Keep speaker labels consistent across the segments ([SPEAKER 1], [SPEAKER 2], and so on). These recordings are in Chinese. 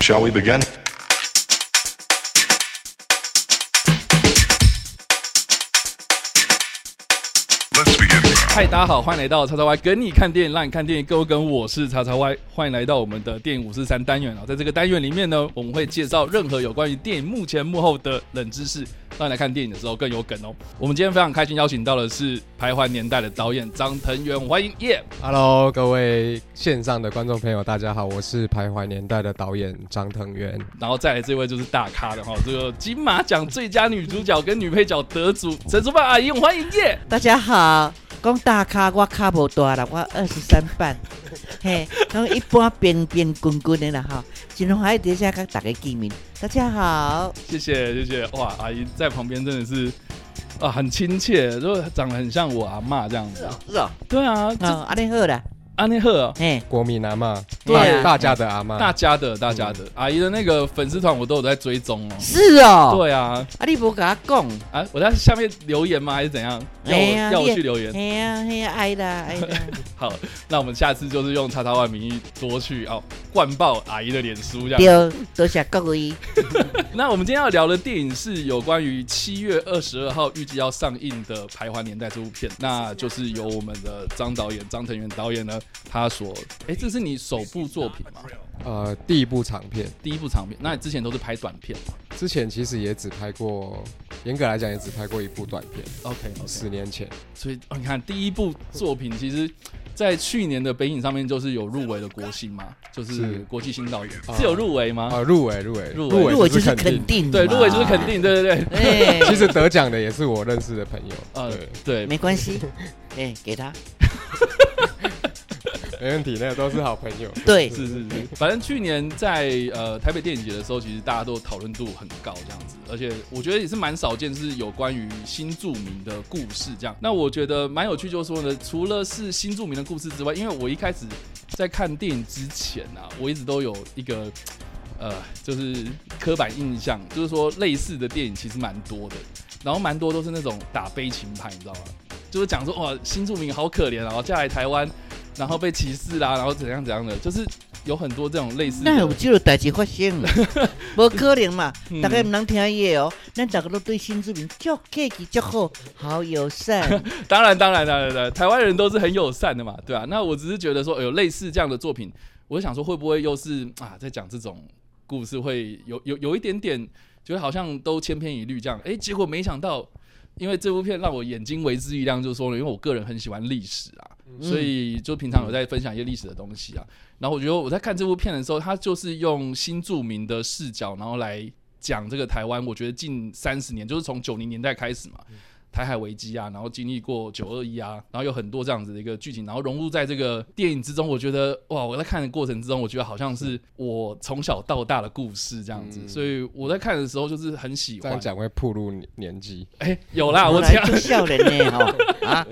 [SPEAKER 1] Shall we begin?
[SPEAKER 2] 嗨，大家好，欢迎来到叉叉 Y 跟你看电影，让你看电影更跟我是叉叉 Y，欢迎来到我们的电影五四三单元啊、在这个单元里面呢，我们会介绍任何有关于电影幕前幕后的冷知识，让你来看电影的时候更有梗哦。我们今天非常开心邀请到的是《徘徊年代》的导演张腾元，我们欢迎耶
[SPEAKER 3] Hello，各位线上的观众朋友，大家好，我是《徘徊年代》的导演张腾元。
[SPEAKER 2] 然后再来这位就是大咖的哈、这个金马奖最佳女主角跟女配角得主陈淑芳阿姨，我们欢迎耶
[SPEAKER 4] 大家好，讲大咖我卡无大啦，我二十三 瓣，嘿，讲一般边边滚滚的啦哈，真荣海底下跟大家见面，大家好，
[SPEAKER 2] 谢谢谢谢，哇，阿姨在旁边真的是啊很亲切，就长得很像我阿妈这样子。
[SPEAKER 4] 是哦，
[SPEAKER 2] 对啊，这
[SPEAKER 4] 啊，阿你好啦，
[SPEAKER 2] 安内赫啊，
[SPEAKER 4] 嘿，
[SPEAKER 3] 国民阿妈，
[SPEAKER 4] 对
[SPEAKER 3] 大
[SPEAKER 4] 啊
[SPEAKER 3] 大家的阿妈，
[SPEAKER 2] 大家的大家的阿姨的那个粉丝团我都有在追踪哦。
[SPEAKER 4] 嗯是哦，
[SPEAKER 2] 对啊，
[SPEAKER 4] 啊，你无跟我讲，
[SPEAKER 2] 啊，我在下面留言吗？还是怎样？要
[SPEAKER 4] 哎
[SPEAKER 2] 我
[SPEAKER 4] 呀
[SPEAKER 2] 要我
[SPEAKER 4] 你也
[SPEAKER 2] 去留言。
[SPEAKER 4] 嘿呀嘿呀，爱啦爱啦，
[SPEAKER 2] 好，那我们下次就是用叉叉万名义多去哦灌爆阿姨的脸书 这样。
[SPEAKER 4] 对，多谢各位，
[SPEAKER 2] 那我们今天要聊的电影是有关于七月二十二号预计要上映的《徘徊年代》这部片，那就是由我们的张导演张腾元导演呢，他所哎，这是你首部作品吗？
[SPEAKER 3] 呃，第一部长片，
[SPEAKER 2] 第一部长片，那你之前都是拍短片嘛
[SPEAKER 3] 之前其实也只拍过，严格来讲也只拍过一部短片，哦
[SPEAKER 2] ？OK，
[SPEAKER 3] 十年前。
[SPEAKER 2] 所以、哦、你看，第一部作品其实，在去年的北影上面就是有入围的国新嘛，就是
[SPEAKER 3] 是
[SPEAKER 2] 国际新导演
[SPEAKER 3] 啊
[SPEAKER 2] 是有入围吗？
[SPEAKER 3] 啊，入围，入围，
[SPEAKER 2] 入围
[SPEAKER 3] 围，
[SPEAKER 4] 入围就是肯。定，
[SPEAKER 2] 对，入围就是肯，
[SPEAKER 3] 啊
[SPEAKER 2] 定，对对对，
[SPEAKER 4] 哎，
[SPEAKER 3] 其实得奖的也是我认识的朋友，
[SPEAKER 2] 呃
[SPEAKER 3] 对，，
[SPEAKER 2] 对，
[SPEAKER 4] 没关系，哎，给他，
[SPEAKER 3] 没问题，那个都是好朋友。
[SPEAKER 4] 对，
[SPEAKER 2] 是是是，反正去年在呃台北电影节的时候，其实大家都讨论度很高这样子，而且我觉得也是蛮少见，是有关于新著名的故事这样。那我觉得蛮有趣，就是说呢，除了是新著名的故事之外，因为我一开始在看电影之前啊，我一直都有一个。呃，就是刻板印象，就是说类似的电影其实蛮多的，然后蛮多都是那种打悲情牌，你知道吗？就是讲说哇，新住民好可怜啊，然后嫁来台湾，然后被歧视啦、然后怎样怎样的，就是有很多这种类似的。
[SPEAKER 4] 那有这个代志 发生，无可能嘛
[SPEAKER 2] 嗯！
[SPEAKER 4] 大家唔通听伊的哦，咱大家都对新住民足客气、足好、好友善。
[SPEAKER 2] 当然，当然，当然，当然，台湾人都是很友善的嘛，对啊。那我只是觉得说，有类似这样的作品，我就想说，会不会又是啊，在讲这种故事，会有有有一点点，觉得好像都千篇一律这样。诶，结果没想到，因为这部片让我眼睛为之一亮，就是说呢，因为我个人很喜欢历史啊， 所
[SPEAKER 3] 嗯
[SPEAKER 4] 嗯
[SPEAKER 2] 以就平常有在分享一些历史的东西啊。然后我觉得我在看这部片的时候，它就是用新著名的视角，然后来讲这个台湾。我觉得近三十年，就是从九零年代开始嘛，
[SPEAKER 3] 嗯
[SPEAKER 2] 台海危机啊，然后经历过九二一啊，然后有很多这样子的一个剧情，然后融入在这个电影之中。我觉得哇，我在看的过程之中，我觉得好像是我从小到大的故事这样子，
[SPEAKER 3] 嗯
[SPEAKER 2] 所以我在看的时候就是很喜
[SPEAKER 3] 这
[SPEAKER 2] 欢
[SPEAKER 3] 样。讲会暴露年年纪，
[SPEAKER 2] 哎、有啦，我
[SPEAKER 4] 来
[SPEAKER 2] 讲
[SPEAKER 4] 就笑人 呢吼啊！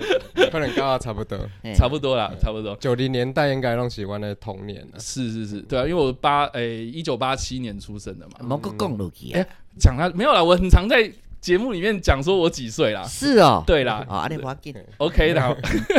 [SPEAKER 3] 可能刚好差不多。
[SPEAKER 4] 嘿
[SPEAKER 2] 差不多啦，差不多。
[SPEAKER 3] 九零年代应该拢是我的童年了。是
[SPEAKER 2] 是是是，对啊，因为我八诶一九八七年出生的嘛，
[SPEAKER 4] 莫个讲落去
[SPEAKER 2] 哎
[SPEAKER 4] 啊！
[SPEAKER 2] 讲他没有啦，我很常在节目里面讲说我几岁啦，
[SPEAKER 4] 是哦，
[SPEAKER 2] 哎对啦
[SPEAKER 4] 啊，你要紧，
[SPEAKER 2] ，OK 啦，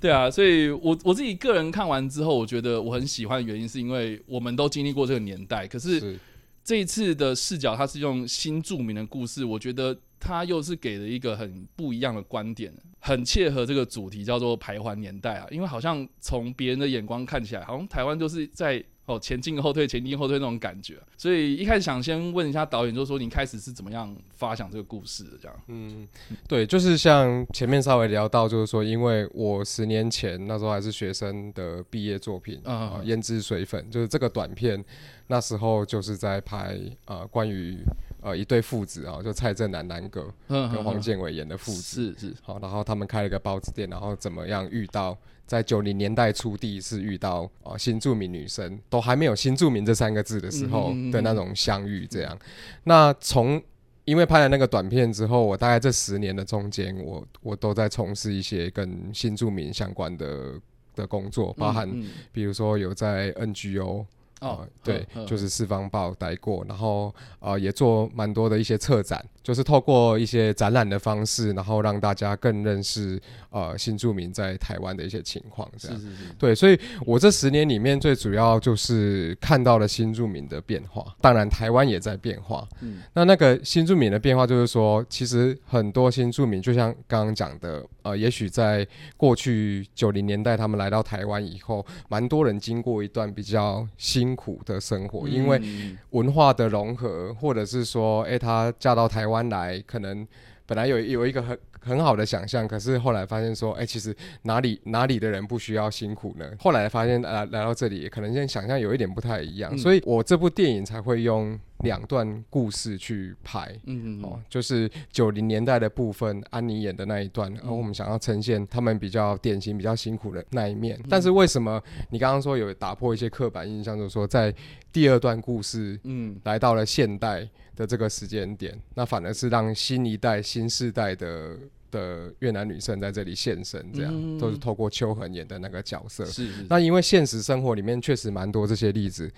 [SPEAKER 2] 对啊，所以我我自己个人看完之后，我觉得我很喜欢的原因是因为我们都经历过这个年代，可是这一次的视角，它是用新著名的故事，我觉得它又是给了一个很不一样的观点，很切合这个主题，叫做徘徊年代啊。因为好像从别人的眼光看起来，好像台湾就是在哦前进后退、前进后退那种感觉。所以一开始想先问一下导演，就是说你开始是怎么样发想这个故事的？这样，
[SPEAKER 3] 嗯，对，就是像前面稍微聊到，就是说，因为我十年前那时候还是学生的毕业作品
[SPEAKER 2] 啊
[SPEAKER 3] 啊，胭脂水粉》就是这个短片，那时候就是在拍呃关于呃一对父子啊，就蔡正南南哥
[SPEAKER 2] 嗯
[SPEAKER 3] 跟黄建伟演的父子，
[SPEAKER 2] 是是，
[SPEAKER 3] 好，然后他们开了个包子店，然后怎么样遇到在九零年代初第一次遇到啊、呃新著名女生，都还没有“新著名”这三个字的时候
[SPEAKER 2] 嗯嗯嗯嗯
[SPEAKER 3] 的那种相遇，这样。那从因为拍了那个短片之后，我大概这十年的中间，我我都在从事一些跟新著名相关的的工作，包含
[SPEAKER 2] 嗯嗯
[SPEAKER 3] 比如说有在 NGO
[SPEAKER 2] 哦
[SPEAKER 3] 呃，对
[SPEAKER 2] 呵呵，
[SPEAKER 3] 就是四方报待过，然后呃也做蛮多的一些策展，就是透过一些展览的方式，然后让大家更认识呃新住民在台湾的一些情况，这样。
[SPEAKER 2] 是是，
[SPEAKER 3] 对，所以我这十年里面最主要就是看到了新住民的变化，当然台湾也在变化。
[SPEAKER 2] 嗯
[SPEAKER 3] 那那个新住民的变化，就是说，其实很多新住民，就像刚刚讲的，呃，也许在过去九零年代他们来到台湾以后，蛮多人经过一段比较辛苦的生活，因为
[SPEAKER 2] 嗯
[SPEAKER 3] 文化的融合，或者是说，诶，她嫁到台湾来，可能本来有有一个很很好的想象，可是后来发现说，诶，其实哪里哪里的人不需要辛苦呢？后来发现，啊，来到这里，可能现在想象有一点不太一样，
[SPEAKER 2] 嗯
[SPEAKER 3] 所以我这部电影才会用两段故事去拍。
[SPEAKER 2] 嗯嗯
[SPEAKER 3] 哦，就是九零年代的部分，安妮演的那一
[SPEAKER 2] 嗯
[SPEAKER 3] 段，然、后我们想要呈现他们比较典型、比较辛苦的那一面。
[SPEAKER 2] 嗯
[SPEAKER 3] 但是为什么你刚刚说有打破一些刻板印象，就是说在第二段故事
[SPEAKER 2] 嗯
[SPEAKER 3] 来到了现代的这个时间点，那反而是让新一代、新世代的的越南女生在这里现身，这样、
[SPEAKER 2] 嗯
[SPEAKER 3] 都是透过秋恒演的那个角色
[SPEAKER 2] 嗯，。是是，
[SPEAKER 3] 那因为现实生活里面确实蛮多这些例子，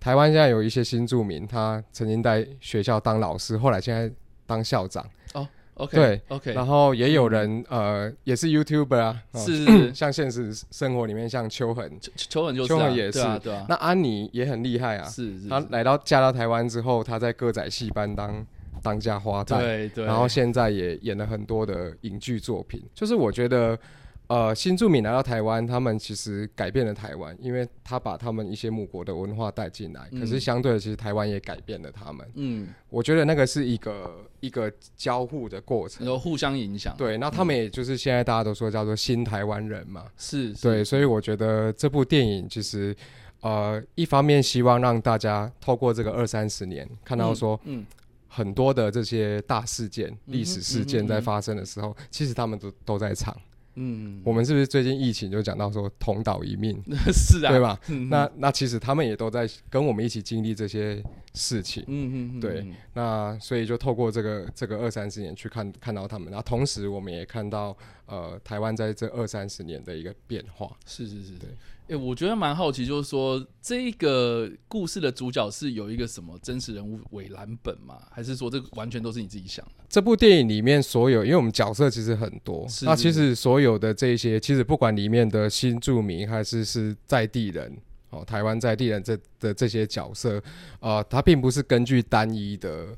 [SPEAKER 3] 台湾现在有一些新住民，他曾经在学校当老师，后来现在当校长，
[SPEAKER 2] OK
[SPEAKER 3] 对
[SPEAKER 2] OK，
[SPEAKER 3] 然后也有人呃也是 YouTuber 啊，
[SPEAKER 2] 嗯
[SPEAKER 3] 哦，
[SPEAKER 2] 是是是
[SPEAKER 3] 像现实生活里面像秋恒，
[SPEAKER 2] 球球很就是
[SPEAKER 3] 秋
[SPEAKER 2] 啊
[SPEAKER 3] 恒也
[SPEAKER 2] 对啊对啊，
[SPEAKER 3] 那安妮也很厉害啊，
[SPEAKER 2] 是是
[SPEAKER 3] 她
[SPEAKER 2] 是，
[SPEAKER 3] 来到嫁到台湾之后，她在歌仔戏班当当家花旦，
[SPEAKER 2] 对对，
[SPEAKER 3] 然后现在也演了很多的影剧作品。就是我觉得，呃，新住民来到台湾，他们其实改变了台湾，因为他把他们一些母国的文化带进来。
[SPEAKER 2] 嗯
[SPEAKER 3] 可是相对的，其实台湾也改变了他们。
[SPEAKER 2] 嗯，
[SPEAKER 3] 我觉得那个是一个一个交互的过程。
[SPEAKER 2] 然后互相影响，
[SPEAKER 3] 对，那他们也就是现在大家都说叫做新台湾人嘛。
[SPEAKER 2] 是，是
[SPEAKER 3] 对，所以我觉得这部电影其实。呃，一方面希望让大家透过这个二三十年，看到说，
[SPEAKER 2] 嗯
[SPEAKER 3] 很多的这些大事件、
[SPEAKER 2] 哼
[SPEAKER 3] 历史事件在发生的时候，其实他们都都在场。
[SPEAKER 2] 嗯，
[SPEAKER 3] 我们是不是最近疫情就讲到说同岛一命，
[SPEAKER 2] 是啊，
[SPEAKER 3] 对吧？
[SPEAKER 2] 嗯？
[SPEAKER 3] 那那其实他们也都在跟我们一起经历这些事情。
[SPEAKER 2] 嗯嗯嗯，
[SPEAKER 3] 对
[SPEAKER 2] 嗯，
[SPEAKER 3] 那所以就透过这个这个二三十年去看看到他们，那同时我们也看到呃台湾在这二三十年的一个变化。
[SPEAKER 2] 是是是，
[SPEAKER 3] 对
[SPEAKER 2] 哎，我觉得蛮好奇，就是说这个故事的主角是有一个什么真实人物伪蓝本吗？还是说这个完全都是你自己想的？
[SPEAKER 3] 这部电影里面所有，因为我们角色其实很多，
[SPEAKER 2] 是
[SPEAKER 3] 那
[SPEAKER 2] 是
[SPEAKER 3] 其实所有的这些，其实不管里面的新住民还是是在地人，哦，台湾在地人这的这些角色，呃，它并不是根据单一的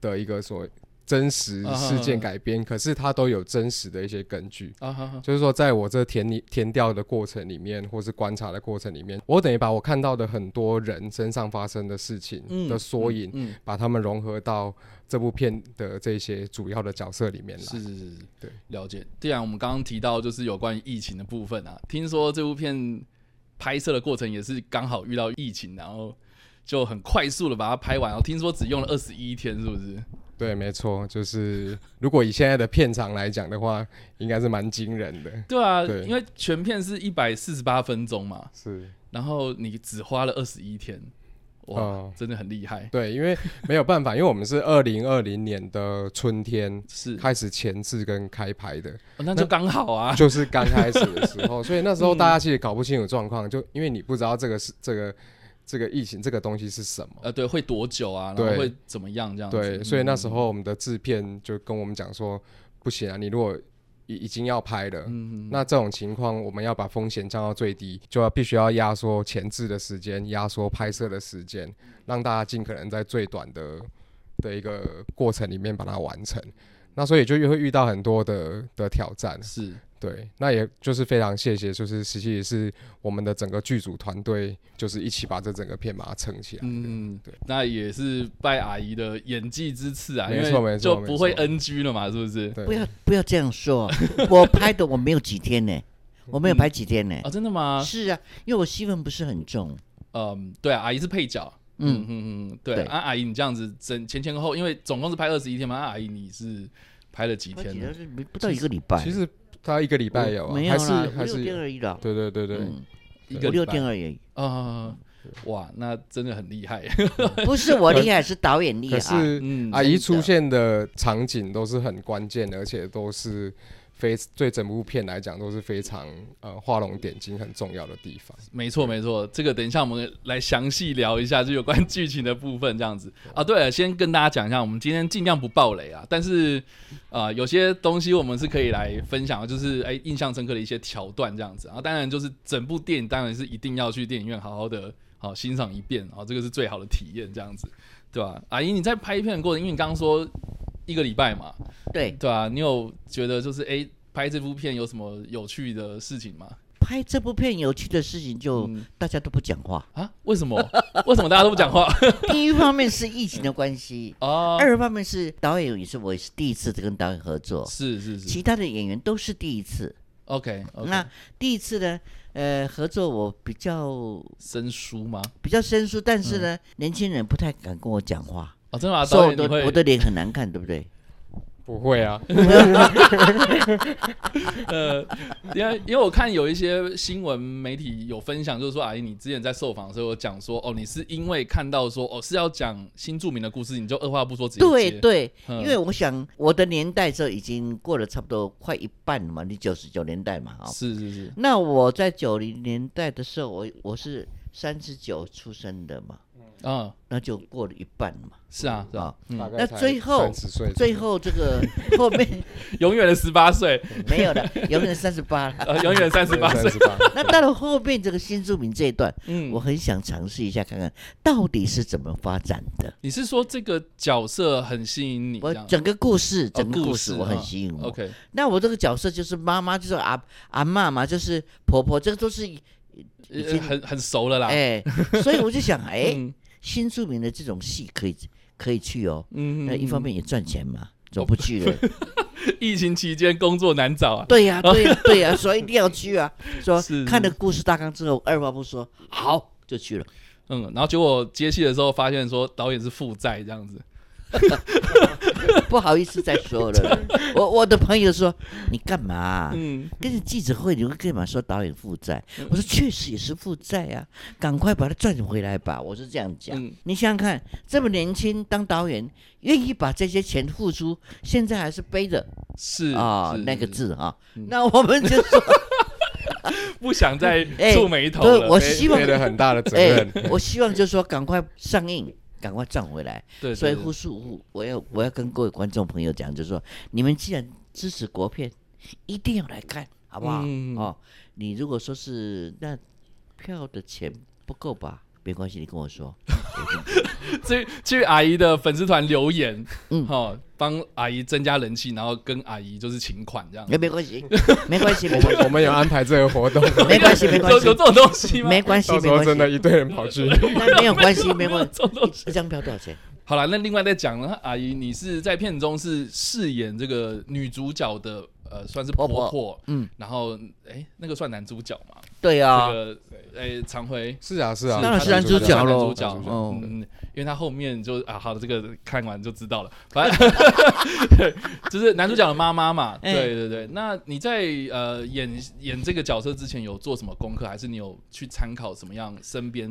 [SPEAKER 3] 的一个所真实事件改编，可是它都有真实的一些根据。
[SPEAKER 2] 啊哈哈，
[SPEAKER 3] 就是说，在我这填里填调的过程里面，或是观察的过程里面，我等于把我看到的很多人身上发生的事情的缩影，
[SPEAKER 2] 嗯，
[SPEAKER 3] 把他们融合到这部片的这些主要的角色里面
[SPEAKER 2] 是
[SPEAKER 3] 来。
[SPEAKER 2] 是是是，
[SPEAKER 3] 对，
[SPEAKER 2] 了解。既然我们刚刚提到就是有关于疫情的部分啊，听说这部片拍摄的过程也是刚好遇到疫情，然后就很快速的把它拍完，然后听说只用了二十一天，是不是？
[SPEAKER 3] 对，没错，就是如果以现在的片长来讲的话，应该是蛮惊人的。
[SPEAKER 2] 对啊，
[SPEAKER 3] 对
[SPEAKER 2] 因为全片是一百四十八分钟嘛，
[SPEAKER 3] 是，
[SPEAKER 2] 然后你只花了二十一天，哇，
[SPEAKER 3] 哦
[SPEAKER 2] 真的很厉害。
[SPEAKER 3] 对，因为没有办法，因为我们是二零二零年的春天
[SPEAKER 2] 是，
[SPEAKER 3] 开始前置跟开拍的，
[SPEAKER 2] 哦那就刚好啊。嗯
[SPEAKER 3] 就是刚开始的时 候，所以那时候大家其实搞不清楚状况，就因为你不知道这个是这个这个疫情这个东西是什么。
[SPEAKER 2] 呃，对，会多久啊？然
[SPEAKER 3] 对
[SPEAKER 2] 后会怎么样？这样子。
[SPEAKER 3] 对，
[SPEAKER 2] 嗯
[SPEAKER 3] 所以那时候我们的制片就跟我们讲说，不行啊，你如果已已经要拍了，
[SPEAKER 2] 嗯
[SPEAKER 3] 那这种情况我们要把风险降到最低，就要必须要压缩前置的时间，压缩拍摄的时间，让大家尽可能在最短的的一个过程里面把它完成。那所以就又会遇到很多的的挑战，
[SPEAKER 2] 是
[SPEAKER 3] 对，那也就是非常谢谢，就是实际是我们的整个剧组团队，就是一起把这整个片把它撑起来。
[SPEAKER 2] 嗯，
[SPEAKER 3] 对
[SPEAKER 2] 那也是拜阿姨的演技之赐啊，
[SPEAKER 3] 没
[SPEAKER 2] 因
[SPEAKER 3] 错没
[SPEAKER 2] 为
[SPEAKER 3] 错
[SPEAKER 2] 就不会 NG 了嘛，是不是？
[SPEAKER 3] 对，
[SPEAKER 4] 不要不要这样说，我拍的我没有几天 呢，我没有拍几天呢。
[SPEAKER 2] 啊，真的吗？
[SPEAKER 4] 是啊，因为我戏份不是很重。
[SPEAKER 2] 嗯，对啊，阿姨是配角。嗯
[SPEAKER 4] 嗯
[SPEAKER 2] 嗯嗯，对
[SPEAKER 4] 对
[SPEAKER 2] 啊，阿姨你这样子整前前后后，因为总共是拍二十一天嘛，啊阿姨你是拍了几
[SPEAKER 4] 我
[SPEAKER 2] 天
[SPEAKER 4] 记
[SPEAKER 2] 呢
[SPEAKER 4] 得？是没不到一个礼拜，
[SPEAKER 3] 其实他一个礼拜有、啊，
[SPEAKER 4] 没有
[SPEAKER 3] 还是
[SPEAKER 4] 啦，五
[SPEAKER 3] 还
[SPEAKER 4] 六
[SPEAKER 3] 是
[SPEAKER 4] 天
[SPEAKER 3] 有
[SPEAKER 4] 而已了，
[SPEAKER 3] 对对对对，
[SPEAKER 4] 嗯，
[SPEAKER 2] 一
[SPEAKER 4] 五
[SPEAKER 2] 个
[SPEAKER 4] 六
[SPEAKER 2] 礼拜
[SPEAKER 4] 天而已，
[SPEAKER 2] 啊，哇，那真的很厉害。
[SPEAKER 4] 不是 我厉害，是导演厉
[SPEAKER 3] 可
[SPEAKER 4] 害。
[SPEAKER 3] 是啊
[SPEAKER 2] 嗯
[SPEAKER 3] 阿姨出
[SPEAKER 4] 真的
[SPEAKER 3] 现的场景都是很关键的，而且都是非对整部片来讲都是非常呃画龙点睛很重要的地方。
[SPEAKER 2] 没错，没错，这个等一下我们来详细聊一下，就有关剧情的部分这样子啊。对了，先跟大家讲一下，我们今天尽量不爆雷啊，但是啊、呃有些东西我们是可以来分享的，就是哎、印象深刻的一些桥段这样子啊。当然，就是整部电影当然是一定要去电影院好好的好欣赏一遍啊，这个是最好的体验这样子，对吧、阿姨，你在拍片的过程，因为你刚刚说一个礼拜嘛，
[SPEAKER 4] 对，
[SPEAKER 2] 对啊，你有觉得就是哎、拍这部片有什么有趣的事情吗？
[SPEAKER 4] 拍这部片有趣的事情就
[SPEAKER 2] 嗯
[SPEAKER 4] 大家都不讲话。
[SPEAKER 2] 啊？为什么？为什么大家都不讲话？
[SPEAKER 4] 第一方面是疫情的关系，
[SPEAKER 2] 哦，
[SPEAKER 4] 二方面是导演也是我也是第一次跟导演合作，
[SPEAKER 2] 是是是
[SPEAKER 4] 其他的演员都是第一次。
[SPEAKER 2] ，OK，, o k
[SPEAKER 4] 那第一次呢，呃，合作我比较
[SPEAKER 2] 生疏吗？
[SPEAKER 4] 比较生疏，但是呢，年轻人不太敢跟我讲话，
[SPEAKER 2] 哦，真的吗？
[SPEAKER 4] 所
[SPEAKER 2] 嗯导
[SPEAKER 4] 以
[SPEAKER 2] 演你
[SPEAKER 4] 我的我
[SPEAKER 2] 会
[SPEAKER 4] 的脸很难看，对 不对？
[SPEAKER 3] 不会啊，
[SPEAKER 2] 呃，因为因为我看有一些新闻媒体有分享，就是说阿姨你之前在受访的时候有讲说，哦，你是因为看到说哦是要讲新著名的故事，你就二话不说直接
[SPEAKER 4] 对
[SPEAKER 2] 接，
[SPEAKER 4] 对，
[SPEAKER 2] 嗯
[SPEAKER 4] 因为我想我的年代这已经过了差不多快一半了嘛，你九十九年代嘛，哦，
[SPEAKER 2] 是是是，
[SPEAKER 4] 那我在九零年代的时候，我我是三十九出生的嘛，
[SPEAKER 2] 嗯，
[SPEAKER 4] 那就过了一半嘛，
[SPEAKER 2] 是啊，是啊，
[SPEAKER 4] 啊，
[SPEAKER 2] 嗯
[SPEAKER 3] 大概
[SPEAKER 4] 那最后
[SPEAKER 3] 三十岁，
[SPEAKER 4] 最后这个 后面
[SPEAKER 2] 永远的十八岁，
[SPEAKER 4] 没有了，有人三十 八了。
[SPEAKER 2] 呃，永 远三十八
[SPEAKER 3] 三
[SPEAKER 2] 岁，
[SPEAKER 3] 十八，
[SPEAKER 4] 那到了后面这个新著名这一段，
[SPEAKER 2] 嗯
[SPEAKER 4] 我，很想尝试一下，看看到底是怎么发展的。
[SPEAKER 2] 你是说这个角色很吸引你
[SPEAKER 4] 我
[SPEAKER 2] 这样？
[SPEAKER 4] 整个故事，
[SPEAKER 2] 哦
[SPEAKER 4] 整个故事我很
[SPEAKER 2] 嗯
[SPEAKER 4] 吸引我。
[SPEAKER 2] OK，
[SPEAKER 4] 那我这个角色就是妈妈，就是阿阿嬷嘛，就是婆婆，这个都是已
[SPEAKER 2] 呃
[SPEAKER 4] 经
[SPEAKER 2] 很很熟了啦，
[SPEAKER 4] 哎，所以我就想，哎，
[SPEAKER 2] 嗯
[SPEAKER 4] 新著名的这种戏可以可以去哦。
[SPEAKER 2] 嗯
[SPEAKER 4] 那一方面也赚钱嘛，总不去了。
[SPEAKER 2] 疫情期间工作难找啊，
[SPEAKER 4] 对呀，对呀，对呀，所以一定要去啊。说
[SPEAKER 2] 是
[SPEAKER 4] 看了故事大纲之后，二话不说，好就去了。
[SPEAKER 2] 嗯，然后结果接戏的时候发现说导演是负债这样子，
[SPEAKER 4] 不好意思，再说了。我我的朋友说，你干嘛啊？
[SPEAKER 2] 嗯，
[SPEAKER 4] 跟你记者会，你会干嘛？说导演负债，我说确实也是负债啊，赶快把它赚回来吧。我是这样讲。
[SPEAKER 2] 嗯
[SPEAKER 4] 你想想看，这么年轻当导演，愿意把这些钱付出，现在还是背着
[SPEAKER 2] 是
[SPEAKER 4] 啊、
[SPEAKER 2] 是
[SPEAKER 4] 那个
[SPEAKER 2] 是
[SPEAKER 4] 字啊。
[SPEAKER 2] 嗯
[SPEAKER 4] 那我们就说，
[SPEAKER 2] 不想再
[SPEAKER 4] 哎
[SPEAKER 2] 触眉 头
[SPEAKER 4] 对
[SPEAKER 2] 了。
[SPEAKER 4] 我
[SPEAKER 2] 对
[SPEAKER 4] 希望
[SPEAKER 3] 背，了很大的责
[SPEAKER 4] 哎
[SPEAKER 3] 任。，
[SPEAKER 4] 我希望就说赶快上映。赶快赚回来，
[SPEAKER 2] 对，
[SPEAKER 4] 所以
[SPEAKER 2] 对
[SPEAKER 4] 呼诉呼，我要我要跟各位观众朋友讲，就是说，你们既然支持国片，一定要来看，好不好？
[SPEAKER 2] 嗯
[SPEAKER 4] 哦，你如果说是那票的钱不够吧，没关系，你跟我说。
[SPEAKER 2] 对去去阿姨的粉丝团留言，嗯，
[SPEAKER 4] 嗯
[SPEAKER 2] 好，帮阿姨增加人气，然后跟阿姨就是请款这样。
[SPEAKER 4] 哎也没关系，没关系，没
[SPEAKER 3] 嗯 我
[SPEAKER 4] 关
[SPEAKER 3] 们我们有啊安排这个 活动，
[SPEAKER 4] 没 关系没关
[SPEAKER 2] 有
[SPEAKER 4] 系
[SPEAKER 2] 有这种东西
[SPEAKER 4] 系，
[SPEAKER 2] 吗？
[SPEAKER 4] 没关系，
[SPEAKER 3] 到
[SPEAKER 4] 没
[SPEAKER 3] 时候
[SPEAKER 4] 关
[SPEAKER 3] 真的
[SPEAKER 4] 系，
[SPEAKER 3] 一堆人跑 去。
[SPEAKER 4] 那没有 关 系，没关系。
[SPEAKER 2] 这种东西。
[SPEAKER 4] 一张票多少钱？
[SPEAKER 2] 好了，那另外再讲呢，阿姨，你是在片中是饰演这个女主角的，呃，算是婆
[SPEAKER 4] 婆嗯，
[SPEAKER 2] 然后哎，那个算男主角嘛？
[SPEAKER 4] 对
[SPEAKER 2] 这
[SPEAKER 4] 啊，
[SPEAKER 2] 个哎，常辉。
[SPEAKER 3] 是啊是啊，
[SPEAKER 4] 当然是
[SPEAKER 3] 他
[SPEAKER 4] 男主角
[SPEAKER 2] 男
[SPEAKER 4] 喽
[SPEAKER 2] 主角，
[SPEAKER 3] 男主角
[SPEAKER 4] 哦
[SPEAKER 2] 嗯，因为他后面就啊，好，这个看完就知道了。反正 对，就是男主角的妈妈嘛，
[SPEAKER 4] 哎
[SPEAKER 2] 对对对。那你在呃演演这个角色之前有做什么功课，还是你有去参考什么样身边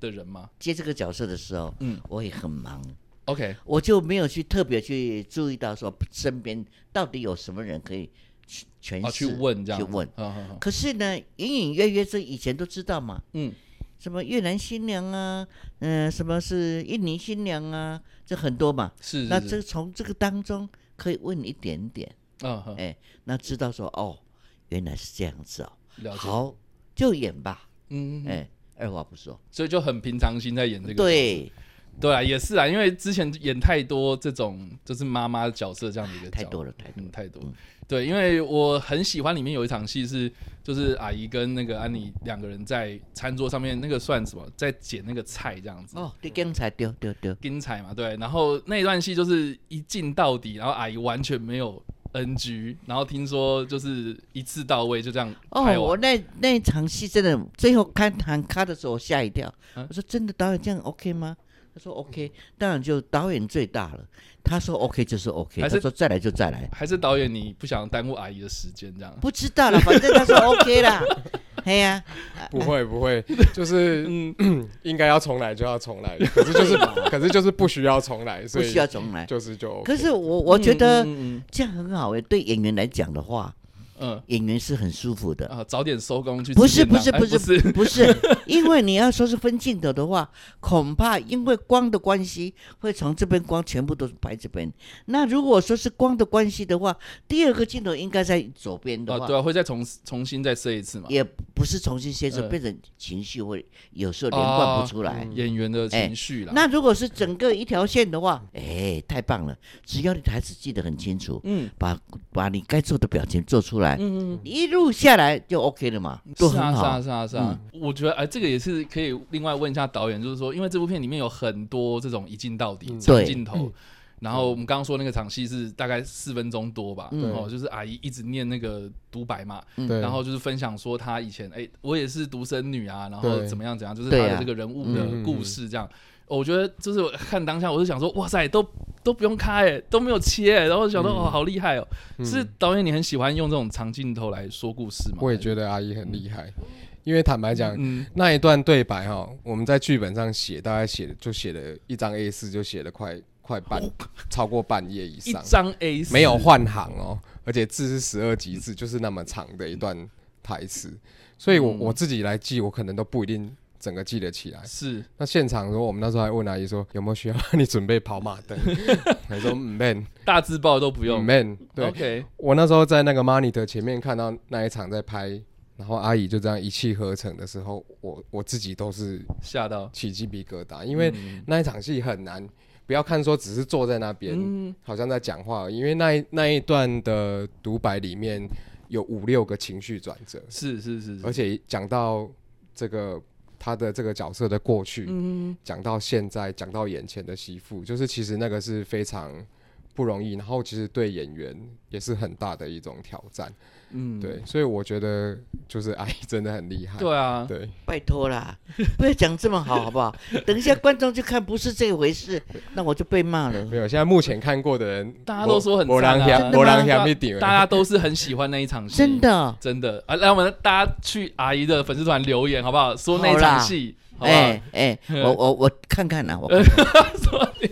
[SPEAKER 2] 的人吗
[SPEAKER 4] 接这个角色的时候，
[SPEAKER 2] 嗯
[SPEAKER 4] 嗯，我也很忙，
[SPEAKER 2] ？OK，
[SPEAKER 4] 我就没有去特别去注意到说身边到底有什么人可以去诠
[SPEAKER 2] 啊，
[SPEAKER 4] 释
[SPEAKER 2] 去问这样，嗯
[SPEAKER 4] 去问。
[SPEAKER 2] 好好好，
[SPEAKER 4] 可是呢，隐隐约约这以前都知道嘛，
[SPEAKER 2] 嗯，
[SPEAKER 4] 什么越南新娘啊，嗯、什么是印尼新娘啊，这很多嘛。
[SPEAKER 2] 是，
[SPEAKER 4] 那
[SPEAKER 2] 是
[SPEAKER 4] 这从这个当中可以问一点点，
[SPEAKER 2] 嗯哼，
[SPEAKER 4] 哎，那知道说哦，原来是这样子哦，
[SPEAKER 2] 了解，
[SPEAKER 4] 好就演吧，
[SPEAKER 2] 嗯，嗯嗯
[SPEAKER 4] 哎，二话不说，
[SPEAKER 2] 所以就很平常心在演这个，
[SPEAKER 4] 对，
[SPEAKER 2] 对啊，也是啊，因为之前演太多这种就是妈妈的角色这样的一个
[SPEAKER 4] 太
[SPEAKER 2] 角
[SPEAKER 4] 多了，太多
[SPEAKER 2] 嗯，
[SPEAKER 4] 了，
[SPEAKER 2] 太多
[SPEAKER 4] 嗯。
[SPEAKER 2] 对，因为我很喜欢里面有一场戏是，就是阿姨跟那个安妮两个人在餐桌上面，那个算什么，在捡那个菜这样子。
[SPEAKER 4] 哦，对，刚才丢丢丢，
[SPEAKER 2] 精彩嘛，对。然后那一段戏就是一镜到底，然后阿姨完全没有 NG，然后听说就是一次到位，就这样
[SPEAKER 4] 哦
[SPEAKER 2] 拍，
[SPEAKER 4] 我
[SPEAKER 2] 完。
[SPEAKER 4] 那那一场戏真的，最后看喊卡的时候我吓一跳，
[SPEAKER 2] 啊
[SPEAKER 4] 我说真的导演这样 OK 吗？他说 OK，当然就导演最大了，他说 OK 就是 OK，
[SPEAKER 2] 还
[SPEAKER 4] 他
[SPEAKER 2] 是
[SPEAKER 4] 说再来就再来，
[SPEAKER 2] 还是导演你不想耽误阿姨的时间这样？
[SPEAKER 4] 不知道了，反正他说 OK 啦，哎呀，
[SPEAKER 3] 不会不会，就是
[SPEAKER 2] 嗯，
[SPEAKER 3] 应该要重来就要重来，可是就是可是就是不需要重来，
[SPEAKER 4] 不
[SPEAKER 3] 所以
[SPEAKER 4] 需要重来。
[SPEAKER 3] 就是就 OK。
[SPEAKER 4] 可是我我觉得
[SPEAKER 2] 嗯嗯嗯
[SPEAKER 4] 欸这样很好诶，对演员来讲的话，
[SPEAKER 2] 嗯
[SPEAKER 4] 演员是很舒服的。
[SPEAKER 2] 啊，早点收工去吃
[SPEAKER 4] 不是
[SPEAKER 2] 便
[SPEAKER 4] 不
[SPEAKER 2] 当。
[SPEAKER 4] 是
[SPEAKER 2] 哎
[SPEAKER 4] 不
[SPEAKER 2] 不
[SPEAKER 4] 是不是，因为你要说是分镜头的话，恐怕因为光的关系，会从这边光全部都是拍这边。那如果说是光的关系的话，第二个镜头应该在左边的
[SPEAKER 2] 啊，
[SPEAKER 4] 话，
[SPEAKER 2] 对啊，会再重重新再设一次嘛？
[SPEAKER 4] 也不是重新写手，
[SPEAKER 2] 嗯
[SPEAKER 4] 变成情绪会有时候连贯
[SPEAKER 2] 哦
[SPEAKER 4] 不出来。
[SPEAKER 2] 演员的
[SPEAKER 4] 哎
[SPEAKER 2] 情绪啦。
[SPEAKER 4] 那如果是整个一条线的话，哎、太棒了！只要你台词记得很清楚，
[SPEAKER 2] 嗯
[SPEAKER 4] 把把你该做的表情做出来，
[SPEAKER 2] 嗯嗯，
[SPEAKER 4] 一路下来就 OK 了嘛，都
[SPEAKER 2] 是
[SPEAKER 4] 很
[SPEAKER 2] 啊是
[SPEAKER 4] 好。嗯
[SPEAKER 2] 啊是啊是啊，我觉得哎，这个也是可以另外问一下导演，就是说，因为这部片里面有很多这种一镜到底
[SPEAKER 3] 嗯
[SPEAKER 2] 长
[SPEAKER 4] 对
[SPEAKER 2] 镜头。然后我们刚刚说那个场戏是大概四分钟多吧，
[SPEAKER 4] 嗯
[SPEAKER 2] 然后就是阿姨一直念那个独白嘛，
[SPEAKER 3] 对，
[SPEAKER 2] 然后就是分享说她以前哎，我也是独生女啊，然后
[SPEAKER 3] 对
[SPEAKER 2] 怎么样怎样，就是她
[SPEAKER 4] 对
[SPEAKER 2] 的
[SPEAKER 4] 啊
[SPEAKER 2] 这个人物的
[SPEAKER 3] 嗯
[SPEAKER 2] 故事这样。哦我觉得就是我看当下，我就想说，哇塞，都都不用开、哎都没有切、哎然后想说、
[SPEAKER 3] 嗯
[SPEAKER 2] 哦，好厉害哦！
[SPEAKER 3] 嗯
[SPEAKER 2] 是导演你很喜欢用这种长镜头来说故事吗？
[SPEAKER 3] 我也觉得阿姨很厉害，因为坦白讲，
[SPEAKER 2] 嗯，
[SPEAKER 3] 那一段对白哈，我们在剧本上写，大概写就写了一张 A 四，就写了快快半，超过半页以
[SPEAKER 2] 一
[SPEAKER 3] 上，
[SPEAKER 2] 张 A
[SPEAKER 3] 没有换行哦，而且字是十二级字，就是那么长的一段台词，所以我、
[SPEAKER 2] 嗯
[SPEAKER 3] 我自己来记，我可能都不一定整个记得起来。
[SPEAKER 2] 是
[SPEAKER 3] 那现场的时候，我们那时候还问阿姨说有没有需要你准备跑马 灯，她说嗯 man
[SPEAKER 2] 大字报都不
[SPEAKER 3] 嗯
[SPEAKER 2] 用。
[SPEAKER 3] man，对
[SPEAKER 2] OK，
[SPEAKER 3] 我那时候在那个 monitor 前面看到那一场在拍。然后阿姨就这样一气呵成的时候，我我自己都是
[SPEAKER 2] 吓到，
[SPEAKER 3] 起鸡皮疙瘩，因为
[SPEAKER 2] 嗯
[SPEAKER 3] 那一场戏很难。不要看说只是坐在那边，
[SPEAKER 2] 嗯
[SPEAKER 3] 好像在讲话而已，因为那一那一段的独白里面有五六个情绪转折，
[SPEAKER 2] 是是是
[SPEAKER 3] 而
[SPEAKER 2] 是，
[SPEAKER 3] 且讲到这个他的这个角色的过去，
[SPEAKER 2] 嗯，
[SPEAKER 3] 讲到现在，讲到眼前的媳妇，就是其实那个是非常不容易，然后其实对演员也是很大的一种挑战，
[SPEAKER 2] 嗯，
[SPEAKER 3] 对，所以我觉得就是阿姨 真的很厉害，
[SPEAKER 2] 对啊，
[SPEAKER 3] 对
[SPEAKER 4] 拜托啦， 不要讲这么好，好不好？等一下观众就看不是这回事，那我就被骂了。
[SPEAKER 3] 没有，现在目前看过的人，
[SPEAKER 2] 大家都说很
[SPEAKER 3] 没
[SPEAKER 2] 赞啊
[SPEAKER 3] 人
[SPEAKER 2] 真的
[SPEAKER 3] 嫌
[SPEAKER 2] 吗
[SPEAKER 3] 没人嫌你丢，
[SPEAKER 2] 大家都是很喜欢那一场戏，
[SPEAKER 4] 真的，
[SPEAKER 2] 真的啊！让我们大家去阿姨的粉丝团留言好不好？说那一场戏，好不好？
[SPEAKER 4] 哎哎，我我我看看啊，我看
[SPEAKER 2] 说你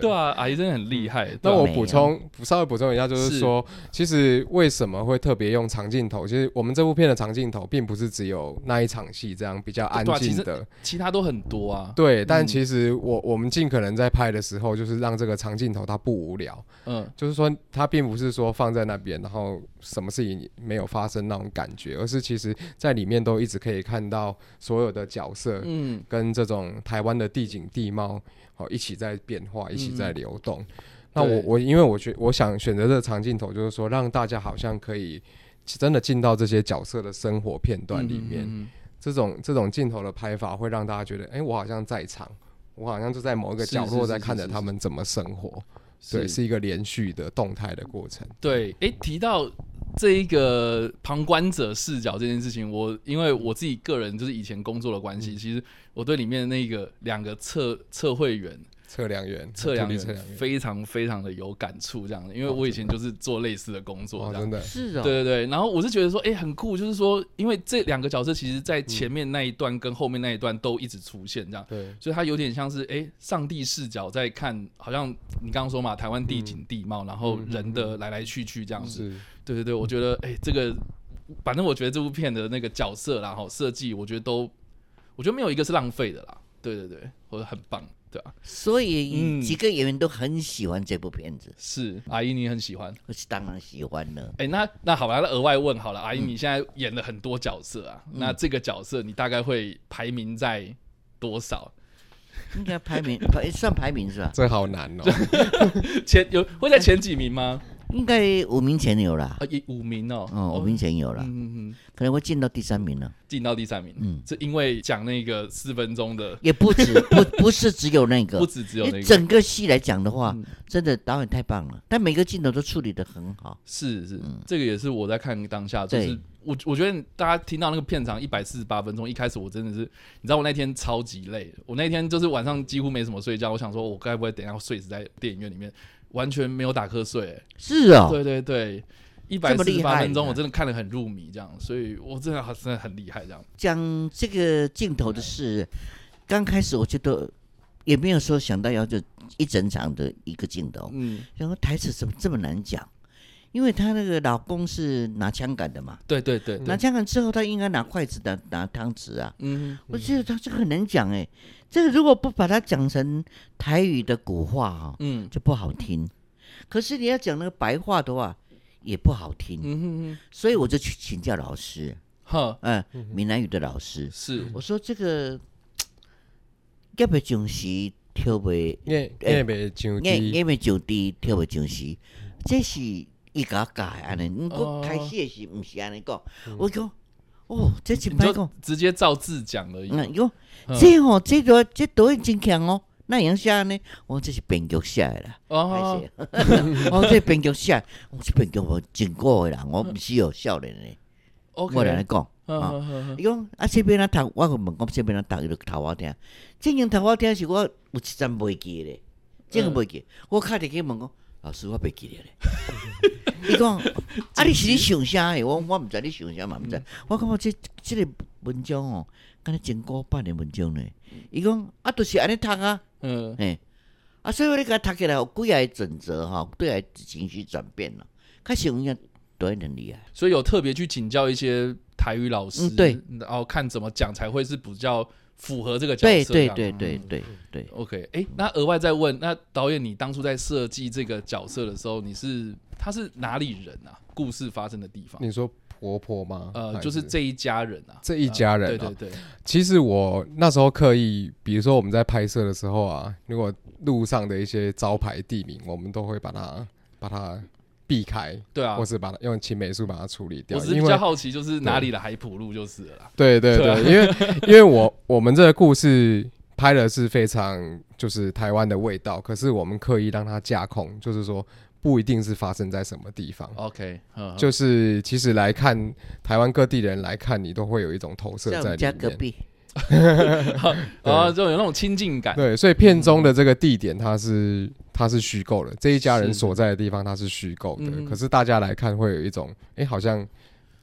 [SPEAKER 2] 对啊，阿姨真的很厉害。啊
[SPEAKER 3] 那我
[SPEAKER 4] 没有
[SPEAKER 3] 补充，稍微补充一下，就是说，其实为什么会特别用长镜头？其实我们这部片的长镜头，并不是只有那一场戏这样比较安
[SPEAKER 2] 对啊其
[SPEAKER 3] 静
[SPEAKER 2] 实
[SPEAKER 3] 的，
[SPEAKER 2] 其他都很多啊，
[SPEAKER 3] 对。但
[SPEAKER 2] 嗯
[SPEAKER 3] 其实我我们尽可能在拍的时候，就是让这个长镜头它不无聊，
[SPEAKER 2] 嗯，
[SPEAKER 3] 就是说它并不是说放在那边，然后什么事情没有发生那种感觉，而是其实在里面都一直可以看到所有的角色，
[SPEAKER 2] 嗯，
[SPEAKER 3] 跟这种台湾的地景地貌哦一起在变化，一起在流动。那
[SPEAKER 2] 嗯对
[SPEAKER 3] 我我因为我觉我想选择这个长镜头，就是说让大家好像可以真的进到这些角色的生活片段里面。
[SPEAKER 2] 嗯
[SPEAKER 3] 这种这种镜头的拍法会让大家觉得，哎、我好像在场，我好像就在某一个角
[SPEAKER 2] 是是
[SPEAKER 3] 落
[SPEAKER 2] 是
[SPEAKER 3] 在看着
[SPEAKER 2] 是是
[SPEAKER 3] 他们怎么生活。对，
[SPEAKER 2] 是
[SPEAKER 3] 是一个连续的动态的过程。
[SPEAKER 2] 对，哎，提到这一个旁观者视角这件事情，我因为我自己个人就是以前工作的关
[SPEAKER 3] 嗯
[SPEAKER 2] 系，其实我对里面的那个两个测测绘员、
[SPEAKER 3] 测量员，
[SPEAKER 2] 测量
[SPEAKER 3] 特别测
[SPEAKER 2] 员
[SPEAKER 3] 量员，
[SPEAKER 2] 非常非常的有感触，这样，因为我以前就是做类似的工作，
[SPEAKER 3] 哦，
[SPEAKER 2] 这样
[SPEAKER 3] 真。的，
[SPEAKER 4] 是哦，
[SPEAKER 2] 对对对，然后我是觉得说，哎、很酷，就是说，因为这两个角色其实在前面那一段跟后面那一段都一直出现，这样，
[SPEAKER 3] 对，
[SPEAKER 2] 所以它有点像是哎、诶上帝视角在看，好像你刚刚说嘛，台湾地景地貌，然后人的来来去去这样子。
[SPEAKER 3] 是，
[SPEAKER 2] 对对对，我觉得哎、诶这个，反正我觉得这部片的那个角色啦，哈，设计，我觉得都，我觉得没有一个是浪费的啦。对对对，我觉得很棒，对啊，嗯
[SPEAKER 4] 所以几个演员都很喜欢这部片子，
[SPEAKER 2] 是阿姨你很喜欢。
[SPEAKER 4] 我是当然喜欢了。
[SPEAKER 2] 哎、那那好吧，那额外问好了，阿姨，
[SPEAKER 4] 嗯
[SPEAKER 2] 你现在演了很多角色啊，那这个角色你大概会排名在多少？
[SPEAKER 4] 应该排 名排算排名是吧？
[SPEAKER 3] 这好难 哦。
[SPEAKER 2] 前有会在前几名吗？
[SPEAKER 4] 应该五名前有啦
[SPEAKER 2] 啊，，一五名哦，
[SPEAKER 4] 哦，五名前有啦，
[SPEAKER 2] 嗯嗯嗯，
[SPEAKER 4] 可能会进到第三名了，
[SPEAKER 2] 进到第三名，
[SPEAKER 4] 嗯
[SPEAKER 2] 是因为讲那个四分钟的，
[SPEAKER 4] 也不止不 不是只有那个
[SPEAKER 2] 不，止只有
[SPEAKER 4] 因
[SPEAKER 2] 那
[SPEAKER 4] 为
[SPEAKER 2] 个，
[SPEAKER 4] 整个戏来讲的话
[SPEAKER 2] 嗯，
[SPEAKER 4] 真的导演太棒了，但每个镜头都处理的很好。
[SPEAKER 2] 是是，这个也是我在看当下，就
[SPEAKER 4] 对
[SPEAKER 2] 是我我觉得大家听到那个片长一百四十八分钟，一开始我真的是，你知道我那天超级累，我那天就是晚上几乎没什么睡觉，我想说我该不会等一下睡死在电影院里面，完全没有打瞌睡、欸
[SPEAKER 4] 是哦，
[SPEAKER 2] 对对对，一百
[SPEAKER 4] 这么
[SPEAKER 2] 四十
[SPEAKER 4] 厉
[SPEAKER 2] 八
[SPEAKER 4] 害
[SPEAKER 2] 分钟，我
[SPEAKER 4] 嗯
[SPEAKER 2] 真的看得很入迷，这样，所以我真的好真的很厉害，这样。
[SPEAKER 4] 讲这个镜头的事，刚开始我觉得也没有说想到要这一整场的一个镜头，
[SPEAKER 2] 嗯，
[SPEAKER 4] 然后台词怎么这么难讲？因为她那个老公是拿枪杆的嘛，
[SPEAKER 2] 对对对
[SPEAKER 4] 拿
[SPEAKER 2] 对，
[SPEAKER 4] 枪杆之后，她应该拿筷子拿拿汤匙啊。
[SPEAKER 2] 嗯，
[SPEAKER 4] 我觉得她这个很难讲哎、这个如果不把它讲成台语的古话哦，
[SPEAKER 2] 嗯
[SPEAKER 4] 就不好听。可是你要讲那个白话的话，也不好听。
[SPEAKER 2] 嗯哼哼，
[SPEAKER 4] 所以我就去请教老师，
[SPEAKER 2] 哈，
[SPEAKER 4] 嗯、闽南语的老师，
[SPEAKER 2] 是
[SPEAKER 4] 我说这个要不要上时跳袂，
[SPEAKER 3] 也也袂上
[SPEAKER 4] 要
[SPEAKER 3] 机，
[SPEAKER 4] 要不要上低跳袂上时，这是伊甲我教的安尼。毋过
[SPEAKER 2] 哦
[SPEAKER 4] 开始的时毋是安尼讲，我讲哦，这真
[SPEAKER 2] 你
[SPEAKER 4] 歹
[SPEAKER 2] 就
[SPEAKER 4] 讲，
[SPEAKER 2] 直接照字讲而已嘛，
[SPEAKER 4] 嗯，伊讲
[SPEAKER 2] 嗯
[SPEAKER 4] 这吼这段这导演真强哦。那样写呢？我这是编剧写的啦，
[SPEAKER 2] 哦
[SPEAKER 4] 歹，势。我这编剧写，我这编剧我真古的人，我毋是有少年的，
[SPEAKER 2] OK，
[SPEAKER 4] 我来讲。
[SPEAKER 2] 嗯
[SPEAKER 4] 啊
[SPEAKER 2] 嗯嗯嗯
[SPEAKER 4] 伊讲啊，这边啊读，我就问讲这边啊读，伊就头我听。正经头我听是我有一阵袂记咧，正经袂记。我敲电去问讲，老师我袂记咧咧。伊讲啊，你是你想啥诶？我我毋知你想啥嘛，毋知。我感觉这这个文章哦，敢若真古板的文章呢。伊讲啊，就是安尼读啊，
[SPEAKER 2] 嗯，
[SPEAKER 4] 嘿。啊，所以我咧甲读起来有几个准则吼，对来情绪转变咯，较啊实有影导演很厉害。
[SPEAKER 2] 所以有特别去请教一些台语老师，
[SPEAKER 4] 嗯对，
[SPEAKER 2] 然后看怎么讲才会是比较符合这个角
[SPEAKER 4] 对
[SPEAKER 2] 色，
[SPEAKER 4] 对对。对对对。
[SPEAKER 2] OK，哎，那额外再问，那导演，你当初在设计这个角色的时候，你是他是哪里人啊？故事发生的地方，
[SPEAKER 3] 你说婆婆吗？
[SPEAKER 2] 呃，
[SPEAKER 3] 还
[SPEAKER 2] 就是这一家人啊，
[SPEAKER 3] 这一家人、
[SPEAKER 2] 对
[SPEAKER 3] 啊
[SPEAKER 2] 对对，
[SPEAKER 3] 其实我那时候刻意，比如说我们在拍摄的时候啊，如果路上的一些招牌地名，我们都会把它把它避开，
[SPEAKER 2] 对啊
[SPEAKER 3] 或，是把它用青霉素把它处理掉
[SPEAKER 2] 我。只是
[SPEAKER 3] 因
[SPEAKER 2] 比较
[SPEAKER 3] 为
[SPEAKER 2] 好奇，就是哪里的海浦路就是 了啦。
[SPEAKER 3] 对对
[SPEAKER 2] 对啊
[SPEAKER 3] 对，因为因为我我们这个故事拍的是非常就是台湾的味道，可是我们刻意让它架空，就是说不一定是发生在什么地方。
[SPEAKER 2] OK，嗯
[SPEAKER 3] 就是其实来看台湾各地人来看你，都会有一种投射
[SPEAKER 4] 在我
[SPEAKER 3] 在
[SPEAKER 4] 们家
[SPEAKER 3] 里
[SPEAKER 4] 隔
[SPEAKER 3] 面。
[SPEAKER 4] 壁，
[SPEAKER 2] 啊，就有那种亲近感。
[SPEAKER 3] 对，所以片中
[SPEAKER 2] 嗯
[SPEAKER 3] 的这个地点，它是它是虚构的，这一家人
[SPEAKER 2] 是
[SPEAKER 3] 所在的地方它是虚构的
[SPEAKER 2] 嗯，
[SPEAKER 3] 可是大家来看会有一种，哎、好像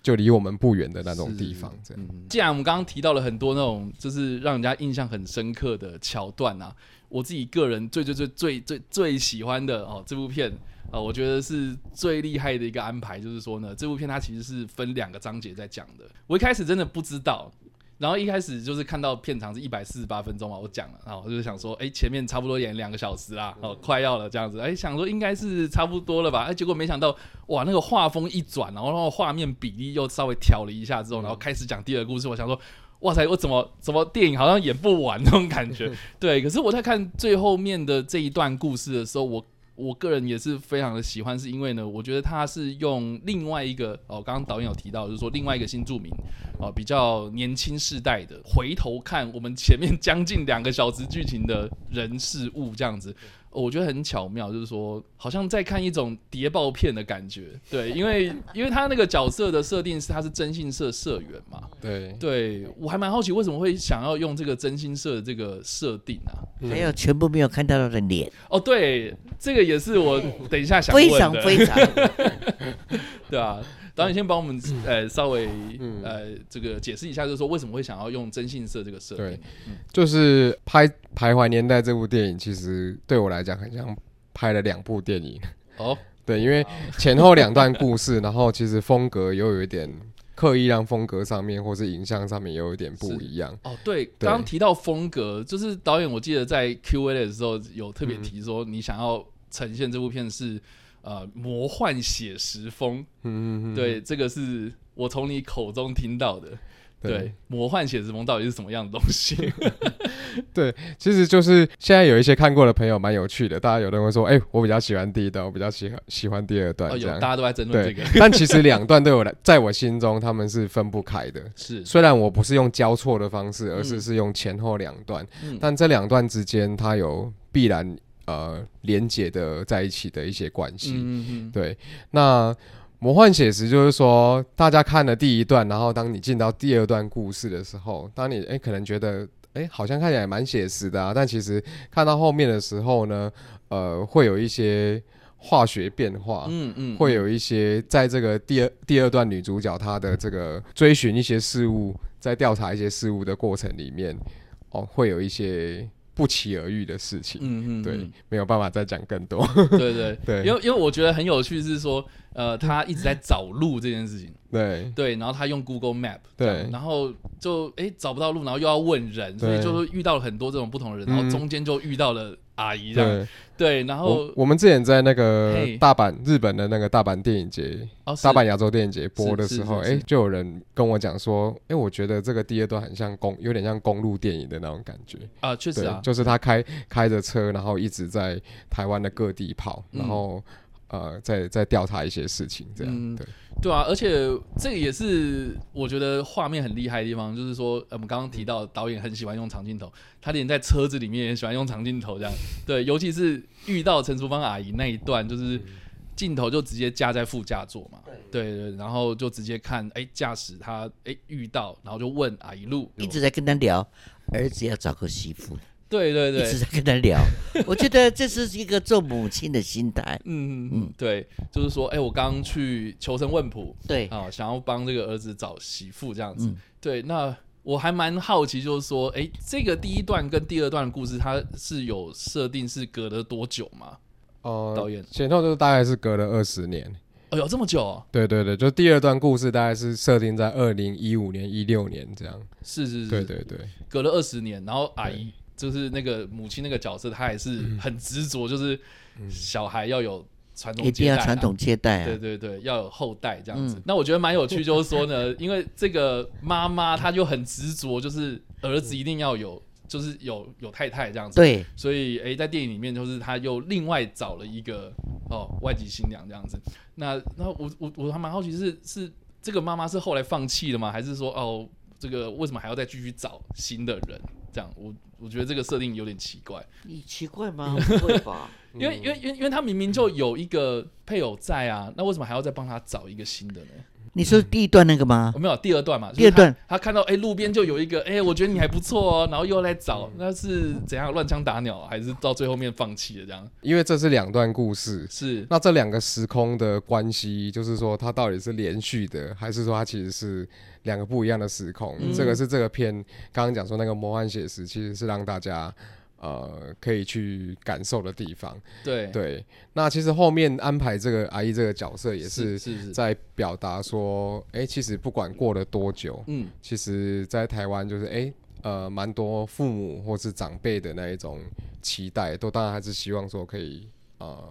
[SPEAKER 3] 就离我们不远的那种
[SPEAKER 2] 是嗯
[SPEAKER 3] 地方，这样。
[SPEAKER 2] 既然我们刚刚提到了很多那种就是让人家印象很深刻的桥段啊，我自己个人最最最最最最喜欢的哦，这部片啊、我觉得是最厉害的一个安排，就是说呢，这部片它其实是分两个章节在讲的。我一开始真的不知道。然后一开始就是看到片长是一百四十八分钟嘛，我讲了，然后我就想说，哎，前面差不多演两个小时啦，哦，快要了这样子，哎，想说应该是差不多了吧，哎，结果没想到哇，那个画风一转，然后那个画面比例又稍微调了一下之后，然后开始讲第二个故事。我想说，哇塞，我怎么怎么电影好像演不完那种感觉。对，可是我在看最后面的这一段故事的时候，我我个人也是非常的喜欢，是因为呢，我觉得他是用另外一个哦，刚刚导演有提到，就是说另外一个新著名哦，比较年轻世代的，回头看我们前面 将近两个小时剧情的人事物这样子，哦我觉得很巧妙，就是说好像在看一种谍报片的感觉。对，因为因为他那个角色的设定是他是征信社社员嘛，
[SPEAKER 3] 对，
[SPEAKER 2] 对我还蛮好奇为什么会想要用这个征信社的这个设定啊？
[SPEAKER 4] 还有全部没有看到他的脸，
[SPEAKER 2] 哦，对，这个也是我等一下想问
[SPEAKER 4] 非
[SPEAKER 2] 的，
[SPEAKER 4] 常非常
[SPEAKER 2] 对啊。导演先帮我们呃稍微呃这个解释一下，就是说为什么会想要用征信社这个设定
[SPEAKER 3] 对？
[SPEAKER 2] 嗯
[SPEAKER 3] 就是拍《徘徊年代》这部电影，其实对我来讲，很像拍了两部 电影。
[SPEAKER 2] 哦，
[SPEAKER 3] 对，因为前后两段故事，然后其实风格又有一点刻意让风格上面或是影像上面有一点不
[SPEAKER 2] 是
[SPEAKER 3] 一样。
[SPEAKER 2] 哦， 对，刚刚提到风格，就是导演，我记得在 Q&A 的时候有特别
[SPEAKER 3] 嗯
[SPEAKER 2] 提说，你想要呈现这部片是呃魔幻写实风，
[SPEAKER 3] 嗯，嗯嗯
[SPEAKER 2] 对，这个是我从你口中听到的。
[SPEAKER 3] 对
[SPEAKER 2] 对，魔幻写实风到底是什么样的东 西？
[SPEAKER 3] 其实就是现在有一些看过的朋友蛮有趣的，大家有的人会说，哎、我比较喜欢第一段，我比较喜欢喜欢第二段
[SPEAKER 2] 哦，有，
[SPEAKER 3] 这样。
[SPEAKER 2] 大家都在争论这
[SPEAKER 3] 对
[SPEAKER 2] 个，，
[SPEAKER 3] 但其实两段对我来， 在我心中他们是分不开的。
[SPEAKER 2] 是，
[SPEAKER 3] 虽然我不是用交错的方式，而
[SPEAKER 2] 嗯
[SPEAKER 3] 是是用前后两段，
[SPEAKER 2] 嗯
[SPEAKER 3] 但这两段之间它有必然呃连结的在一起的一些关系。
[SPEAKER 2] 嗯嗯
[SPEAKER 3] 对，那魔幻写实就是说，大家看了第一段，然后当你进到第二段故事的时候，当你哎、诶可能觉得哎、诶好像看起来蛮写实的啊，但其实看到后面的时候呢，呃，会有一些化学变化。
[SPEAKER 2] 嗯嗯，
[SPEAKER 3] 会有一些在这个第二第二段女主角她的这个追寻一些事物，在调查一些事物的过程里面，哦，会有一些不期而遇的事情。
[SPEAKER 2] 嗯嗯，
[SPEAKER 3] 对
[SPEAKER 2] 嗯，
[SPEAKER 3] 没有办法再讲更多。
[SPEAKER 2] 对对
[SPEAKER 3] 对
[SPEAKER 2] 因为因为我觉得很有趣是说，呃，他一直在找路这件事情，
[SPEAKER 3] 对
[SPEAKER 2] 对，然后他用 Google Map，
[SPEAKER 3] 对
[SPEAKER 2] 这样然后就哎、诶找不到路，然后又要问人，所以
[SPEAKER 3] 对
[SPEAKER 2] 就是遇到了很多这种不同的人，然后
[SPEAKER 3] 嗯
[SPEAKER 2] 中间就遇到了阿姨这样，
[SPEAKER 3] 对，
[SPEAKER 2] 对，然后
[SPEAKER 3] 我我们之前在那个
[SPEAKER 2] 嘿
[SPEAKER 3] 大阪日本的那个大阪电影节，
[SPEAKER 2] 哦
[SPEAKER 3] 大阪
[SPEAKER 2] 是
[SPEAKER 3] 亚洲电影节播的时候，
[SPEAKER 2] 是
[SPEAKER 3] 哎、
[SPEAKER 2] 是是
[SPEAKER 3] 就有人跟我讲说，哎、我觉得这个第二段很像公，有点像公路电影的那种感觉。
[SPEAKER 2] 啊，确实
[SPEAKER 3] 对，
[SPEAKER 2] 啊，
[SPEAKER 3] 就是他开开着车，然后一直在台湾的各地跑，
[SPEAKER 2] 嗯
[SPEAKER 3] 然后、呃，在在调查一些事情，这样、
[SPEAKER 2] 嗯
[SPEAKER 3] 对，
[SPEAKER 2] 对啊，而且这个也是我觉得画面很厉害的地方，就是说呃我们刚刚提到导演很喜欢用长镜头，他连在车子里面也喜欢用长镜头这样。对，尤其是遇到陈淑芳阿姨那一段，就是镜头就直接架在副驾座嘛，对对，然后就直接看哎驾驶他哎遇到，然后就问阿姨路，
[SPEAKER 4] 一直在跟他聊，儿子要找个媳妇，
[SPEAKER 2] 对对
[SPEAKER 4] 一
[SPEAKER 2] 对
[SPEAKER 4] 直，在跟他聊。 我觉得这是一个做母亲的心态。
[SPEAKER 2] 嗯嗯对，就是说哎我刚刚去求神问卜，
[SPEAKER 4] 对，
[SPEAKER 2] 啊，想要帮这个儿子找媳妇这样子。
[SPEAKER 4] 嗯
[SPEAKER 2] 对，那我还蛮好奇，就是说，哎、这个第一段跟第二段的故事，它是有设定是隔了多久吗？
[SPEAKER 3] 哦、
[SPEAKER 2] 导演
[SPEAKER 3] 前后就是大概是隔了二十年。
[SPEAKER 2] 哎呦，这么久哦、
[SPEAKER 3] 对对对，就第二段故事大概是设定在二零一五年、一六年这样。
[SPEAKER 2] 是是是，
[SPEAKER 3] 对对对，
[SPEAKER 2] 隔了二十年，然后阿姨就是那个母亲那个角色，她还是
[SPEAKER 4] 嗯
[SPEAKER 2] 很执着，就是小孩要有传
[SPEAKER 4] 一
[SPEAKER 2] 统
[SPEAKER 4] 定
[SPEAKER 2] 接
[SPEAKER 4] 要
[SPEAKER 2] 代、啊，
[SPEAKER 4] 传统接待
[SPEAKER 2] 对
[SPEAKER 4] 啊。
[SPEAKER 2] 对对，要有后代这样子。
[SPEAKER 4] 嗯
[SPEAKER 2] 那我觉得蛮有趣，就是说呢，因为这个妈妈她就很执着，就是儿子一定要有，就是有有太太这样子。
[SPEAKER 4] 嗯对，
[SPEAKER 2] 所以诶，在电影里面就是他又另外找了一个哦外籍新娘这样子。那那我我我还蛮好奇是是这个妈妈是后来放弃了吗？还是说哦这个为什么还要再继续找新的人？这样我我觉得这个设定有点奇怪，
[SPEAKER 4] 你奇怪吗？不会吧？
[SPEAKER 2] 因为因为因为因为他明明就有一个配偶在啊，那为什么还要再帮他找一个新的呢？
[SPEAKER 4] 你说第一段那个吗
[SPEAKER 2] 哦、？没有第二段嘛，就是
[SPEAKER 4] 第二段
[SPEAKER 2] 他他看到诶路边就有一个诶，我觉得你还不错哦，然后又来找，那是怎样乱枪打鸟，啊还是到最后面放弃了这样？
[SPEAKER 3] 因为这是两段故事，
[SPEAKER 2] 是
[SPEAKER 3] 那这两个时空的关系，就是说它到底是连续的，还是说它其实是两个不一样的时空？
[SPEAKER 2] 嗯
[SPEAKER 3] 这个是这个片刚刚讲说那个魔幻写实，其实是让大家呃可以去感受的地方。
[SPEAKER 2] 对
[SPEAKER 3] 对，那其实后面安排这个阿姨这个角色也
[SPEAKER 2] 是
[SPEAKER 3] 是
[SPEAKER 2] 是是
[SPEAKER 3] 在表达说，哎、其实不管过了多久，
[SPEAKER 2] 嗯
[SPEAKER 3] 其实在台湾就是哎、诶呃，蛮多父母或是长辈的那一种期待，都当然还是希望说可以呃，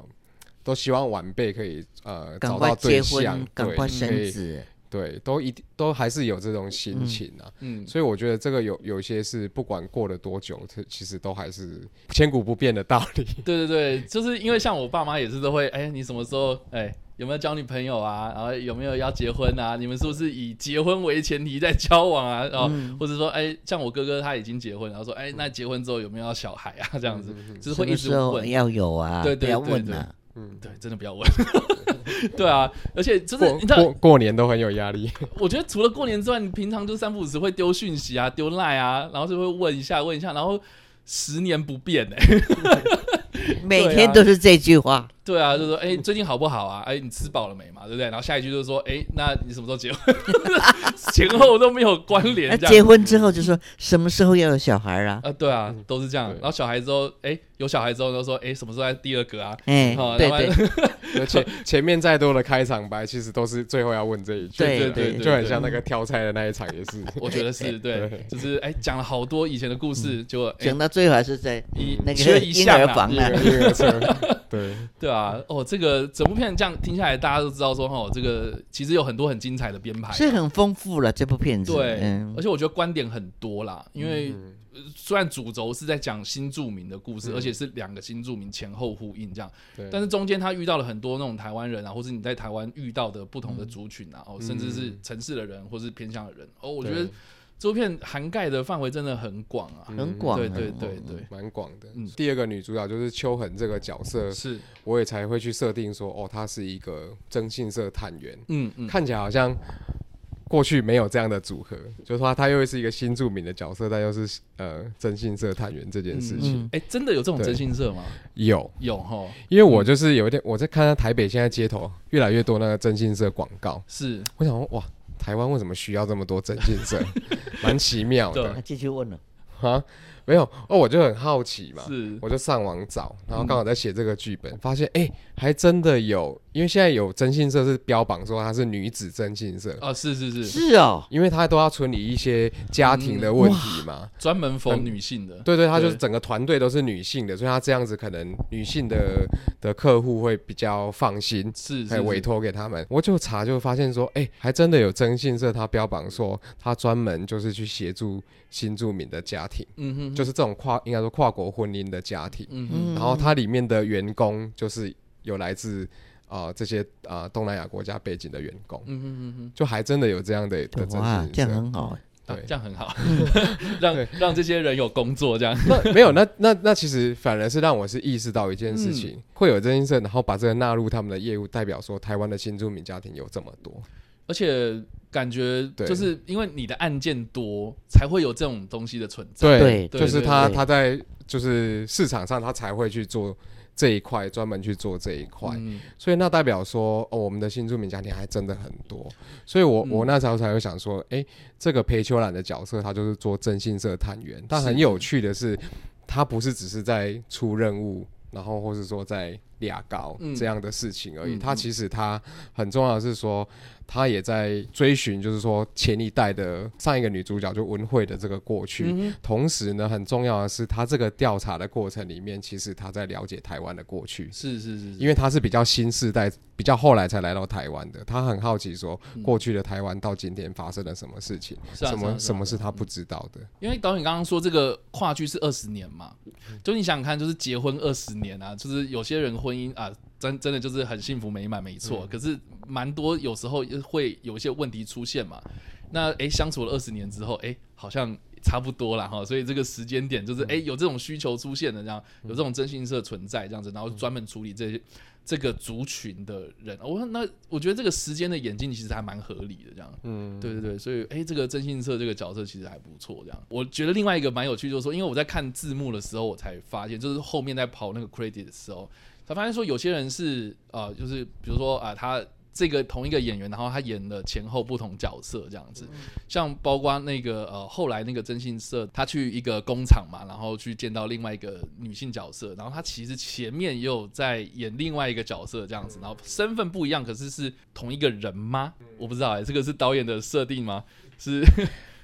[SPEAKER 3] 都希望晚辈可以呃
[SPEAKER 4] 赶
[SPEAKER 3] 找
[SPEAKER 4] 快
[SPEAKER 3] 到对
[SPEAKER 4] 结
[SPEAKER 3] 象
[SPEAKER 4] 婚，，赶快
[SPEAKER 3] 对，
[SPEAKER 4] 生
[SPEAKER 3] 可以
[SPEAKER 4] 子。
[SPEAKER 3] 对，都一定都还是有这种心情啊。
[SPEAKER 2] 嗯，
[SPEAKER 3] 所以我觉得这个有有些是不管过了多久，它其实都还是千古不变的道理。
[SPEAKER 2] 对对对，就是因为像我爸妈也是都会，哎，你什么时候，哎，有没有交女朋友啊？然后有没有要结婚啊？你们是不是以结婚为前提在交往啊？然后、或者说，哎，像我哥哥他已经结婚，然后说，哎，那结婚之后有没有要小孩啊？这样子，就是
[SPEAKER 4] 什
[SPEAKER 2] 会一
[SPEAKER 4] 么
[SPEAKER 2] 直
[SPEAKER 4] 时候
[SPEAKER 2] 问，
[SPEAKER 4] 要有啊？
[SPEAKER 2] 对
[SPEAKER 4] 不
[SPEAKER 2] 对
[SPEAKER 4] 要
[SPEAKER 2] 对
[SPEAKER 4] 问
[SPEAKER 2] 对
[SPEAKER 4] 啊。
[SPEAKER 2] 对，真的不要问， 对啊，而且就是
[SPEAKER 3] 过
[SPEAKER 2] 你知道，
[SPEAKER 3] 过过年都很有压力。
[SPEAKER 2] 我觉得除了过年之外，你平常就三不五时会丢讯息啊，丢赖啊，然后就会问一下问一下，然后十年不变哎、
[SPEAKER 4] 每天都是这句话。
[SPEAKER 2] 对啊，就说哎、最近好不好啊？哎、你吃饱了没嘛？对不对？然后下一句就是说，哎、那你什么时候结婚？ 前后都没有关
[SPEAKER 4] 那
[SPEAKER 2] 联，这
[SPEAKER 4] 哎结
[SPEAKER 2] 样。
[SPEAKER 4] 婚之后就说什么时候要有小孩啊？
[SPEAKER 2] 啊，对啊，都是这样。
[SPEAKER 3] 对
[SPEAKER 2] 然后小孩之后，哎、有小孩之后都说，哎、什么时候在第二个啊？
[SPEAKER 4] 哎
[SPEAKER 2] 好，
[SPEAKER 4] 对
[SPEAKER 2] 那么
[SPEAKER 4] 对，
[SPEAKER 3] 而 且前面再多的开场白，其实都是最后要问这一句，
[SPEAKER 4] 对
[SPEAKER 2] 对对对
[SPEAKER 3] 就很像那个挑菜的那一场也是。
[SPEAKER 2] 我觉得是对
[SPEAKER 3] 对，
[SPEAKER 2] 就是哎，讲、了好多以前的故事，结果哎
[SPEAKER 4] 讲到最后还是在
[SPEAKER 2] 一
[SPEAKER 4] 那
[SPEAKER 2] 缺
[SPEAKER 4] 个
[SPEAKER 2] 一
[SPEAKER 4] 婴
[SPEAKER 2] 项
[SPEAKER 4] 儿
[SPEAKER 2] 啊
[SPEAKER 4] 房啊。
[SPEAKER 3] 婴儿车， 对，
[SPEAKER 2] 对啊，哦，这个整部片这样听下来，大家都知道说，哦，这个其实有很多很精彩的编排啊，
[SPEAKER 4] 是很丰富了这部片子。
[SPEAKER 2] 对，
[SPEAKER 4] 嗯
[SPEAKER 2] 而且我觉得观点很多啦，因
[SPEAKER 3] 哎
[SPEAKER 2] 为、呃虽然主轴是在讲新著名的故事，
[SPEAKER 3] 嗯
[SPEAKER 2] 而且是两个新著名前后呼应这样，
[SPEAKER 3] 对
[SPEAKER 2] 但是中间他遇到了很多那种台湾人啊，或是你在台湾遇到的不同
[SPEAKER 3] 嗯
[SPEAKER 2] 的族群啊，哦，甚至是城市的人或是偏向的人，哦，我觉得
[SPEAKER 3] 对
[SPEAKER 2] 这部片涵盖的范围真的很广啊，
[SPEAKER 4] 很广啊。
[SPEAKER 2] 对对对对，
[SPEAKER 3] 蛮广的
[SPEAKER 2] 嗯。
[SPEAKER 3] 第二个女主角就是秋恒这个角色，
[SPEAKER 2] 是，
[SPEAKER 3] 我也才会去设定说，哦，她是一个征信社探员，
[SPEAKER 2] 嗯嗯，
[SPEAKER 3] 看起来好像过去没有这样的组合，就是说她又会是一个新著名的角色，但又是呃征信社探员这件事情
[SPEAKER 4] 嗯
[SPEAKER 2] 哎、真的有这种
[SPEAKER 3] 对
[SPEAKER 2] 征信社吗？
[SPEAKER 3] 有。
[SPEAKER 2] 有哈，
[SPEAKER 3] 因为我就是有一点，我在看到台北现在街头越来越多那个征信社广告，
[SPEAKER 2] 是，
[SPEAKER 3] 我想说哇， 台湾为什么需要这么多征信社？蛮奇妙
[SPEAKER 2] 对
[SPEAKER 3] 的
[SPEAKER 4] 那继续问了，
[SPEAKER 3] 啊！没有哦，我就很好奇嘛，
[SPEAKER 2] 是
[SPEAKER 3] 我就上网找，然后刚好在写这个剧本，发现哎、还真的有，因为现在有征信社是标榜说它是女子征信社，
[SPEAKER 2] 啊，是是是，
[SPEAKER 4] 是哦，
[SPEAKER 3] 因为它都要处理一些家庭的问题嘛。
[SPEAKER 2] 专门否女性的，
[SPEAKER 3] 对对，他就是
[SPEAKER 2] 对
[SPEAKER 3] 整个团队都是女性的，所以他这样子可能女性的的客户会比较放心，
[SPEAKER 2] 是是
[SPEAKER 3] 还有委
[SPEAKER 2] 是
[SPEAKER 3] 托给他们。我就查就发现说，哎、还真的有征信社，他标榜说他专门就是去协助新住民的家庭，
[SPEAKER 2] 嗯哼，
[SPEAKER 3] 就是这种跨应该说跨国婚姻的家庭。
[SPEAKER 2] 嗯哼，
[SPEAKER 4] 嗯，
[SPEAKER 3] 然后它里面的员工就是有来自啊、呃这些啊、呃东南亚国家背景的员工，
[SPEAKER 2] 嗯哼嗯哼，
[SPEAKER 3] 就还真的有这样的的征
[SPEAKER 4] 哇，
[SPEAKER 3] 信
[SPEAKER 4] 这样
[SPEAKER 3] 社。
[SPEAKER 4] 很好，
[SPEAKER 2] 啊
[SPEAKER 3] 对，
[SPEAKER 2] 这样很 好，让让这些人有工作，这样
[SPEAKER 3] 那没有，那那那其实反而是让我是意识到一件事情，
[SPEAKER 4] 嗯
[SPEAKER 3] 会有征信社，然后把这个纳入他们的业务，代表说台湾的新住民家庭有这么多。
[SPEAKER 2] 而且感觉
[SPEAKER 3] 对
[SPEAKER 2] 就是因为你的案件多，才会有这种东西的存在。
[SPEAKER 4] 对
[SPEAKER 2] 对
[SPEAKER 3] 就是
[SPEAKER 2] 对
[SPEAKER 3] 他
[SPEAKER 4] 对
[SPEAKER 3] 他在就是市场上他才会去做这一块，专门去做这一块。
[SPEAKER 2] 嗯
[SPEAKER 3] 所以那代表说，哦，我们的新住民家庭还真的很多，所以我、
[SPEAKER 2] 嗯
[SPEAKER 3] 我那时候才会想说，诶，这个裴秋兰的角色，他就是做征信社探员，但很有趣的
[SPEAKER 2] 嗯
[SPEAKER 3] 是，他不是只是在出任务，然后或是说在俩高
[SPEAKER 2] 嗯
[SPEAKER 3] 这样的事情而已，
[SPEAKER 2] 嗯
[SPEAKER 3] 他
[SPEAKER 2] 嗯
[SPEAKER 3] 其实他很重要的是说，他也在追寻，就是说前一代的上一个女主角就文慧的这个过去，
[SPEAKER 2] 嗯哼
[SPEAKER 3] 同时呢，很重要的是，他这个调查的过程里面，其实他在了解台湾的过去，
[SPEAKER 2] 是是是，
[SPEAKER 3] 因
[SPEAKER 2] 为
[SPEAKER 3] 为他是比较新世代，比较后来才来到台湾的，他很好奇说过去的台湾到今天发生了什么事情，
[SPEAKER 2] 嗯是啊是
[SPEAKER 3] 什
[SPEAKER 2] 啊是
[SPEAKER 3] 么
[SPEAKER 2] 啊
[SPEAKER 3] 什么
[SPEAKER 2] 是
[SPEAKER 3] 是
[SPEAKER 2] 啊
[SPEAKER 3] 他不知道的。
[SPEAKER 2] 因为导演刚刚说这个跨剧是二十年嘛，就你想想看，就是结婚二十年啊，就是有些人婚姻啊，真真的就是很幸福美满，没错。可是蛮多有时候会有一些问题出现嘛。那诶，相处了二十年之后，诶，好像差不多了哈。所以这个时间点就是诶，有这种需求出现的，这样有这种征信社存在这样子，然后专门处理这些这个族群的人。我、说那我觉得这个时间的演进其实还蛮合理的这样。对对对，所以哎、诶这个征信社这个角色其实还不错。这样，我觉得另外一个蛮有趣，就是说，因为我在看字幕的时候，我才发现，就是后面在跑那个 credit 的时候，才发现说有些人是呃，就是比如说啊、他这个同一个演员，然后他演了前后不同角色这样子，像包括那个呃后来那个征信社，他去一个工厂嘛，然后去见到另外一个女性角色，然后他其实前面也有在演另外一个角色这样子，然后身份不一样，可是是同一个人吗？我不知道哎、这个是导演的设定吗？是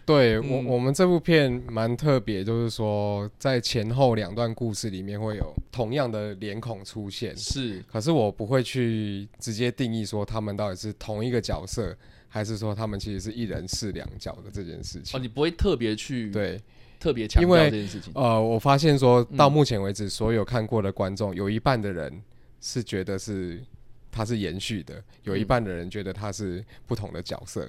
[SPEAKER 3] 对
[SPEAKER 2] 嗯
[SPEAKER 3] 我，我们这部片蛮特别，就是说在前后两段故事里面会有同样的脸孔出现，
[SPEAKER 2] 是
[SPEAKER 3] 可是我不会去直接定义说他们到底是同一个角色，还是说他们其实是一人饰两角的这件事
[SPEAKER 2] 哦，
[SPEAKER 3] 情。
[SPEAKER 2] 你不会特别去
[SPEAKER 3] 对，
[SPEAKER 2] 特别强
[SPEAKER 3] 因
[SPEAKER 2] 调
[SPEAKER 3] 为
[SPEAKER 2] 这件事情
[SPEAKER 3] 呃，我发现说到
[SPEAKER 2] 嗯
[SPEAKER 3] 目前为止，所有看过的观众，有一半的人是觉得是它是延续的，有一
[SPEAKER 2] 嗯
[SPEAKER 3] 半的人觉得它是不同的角色，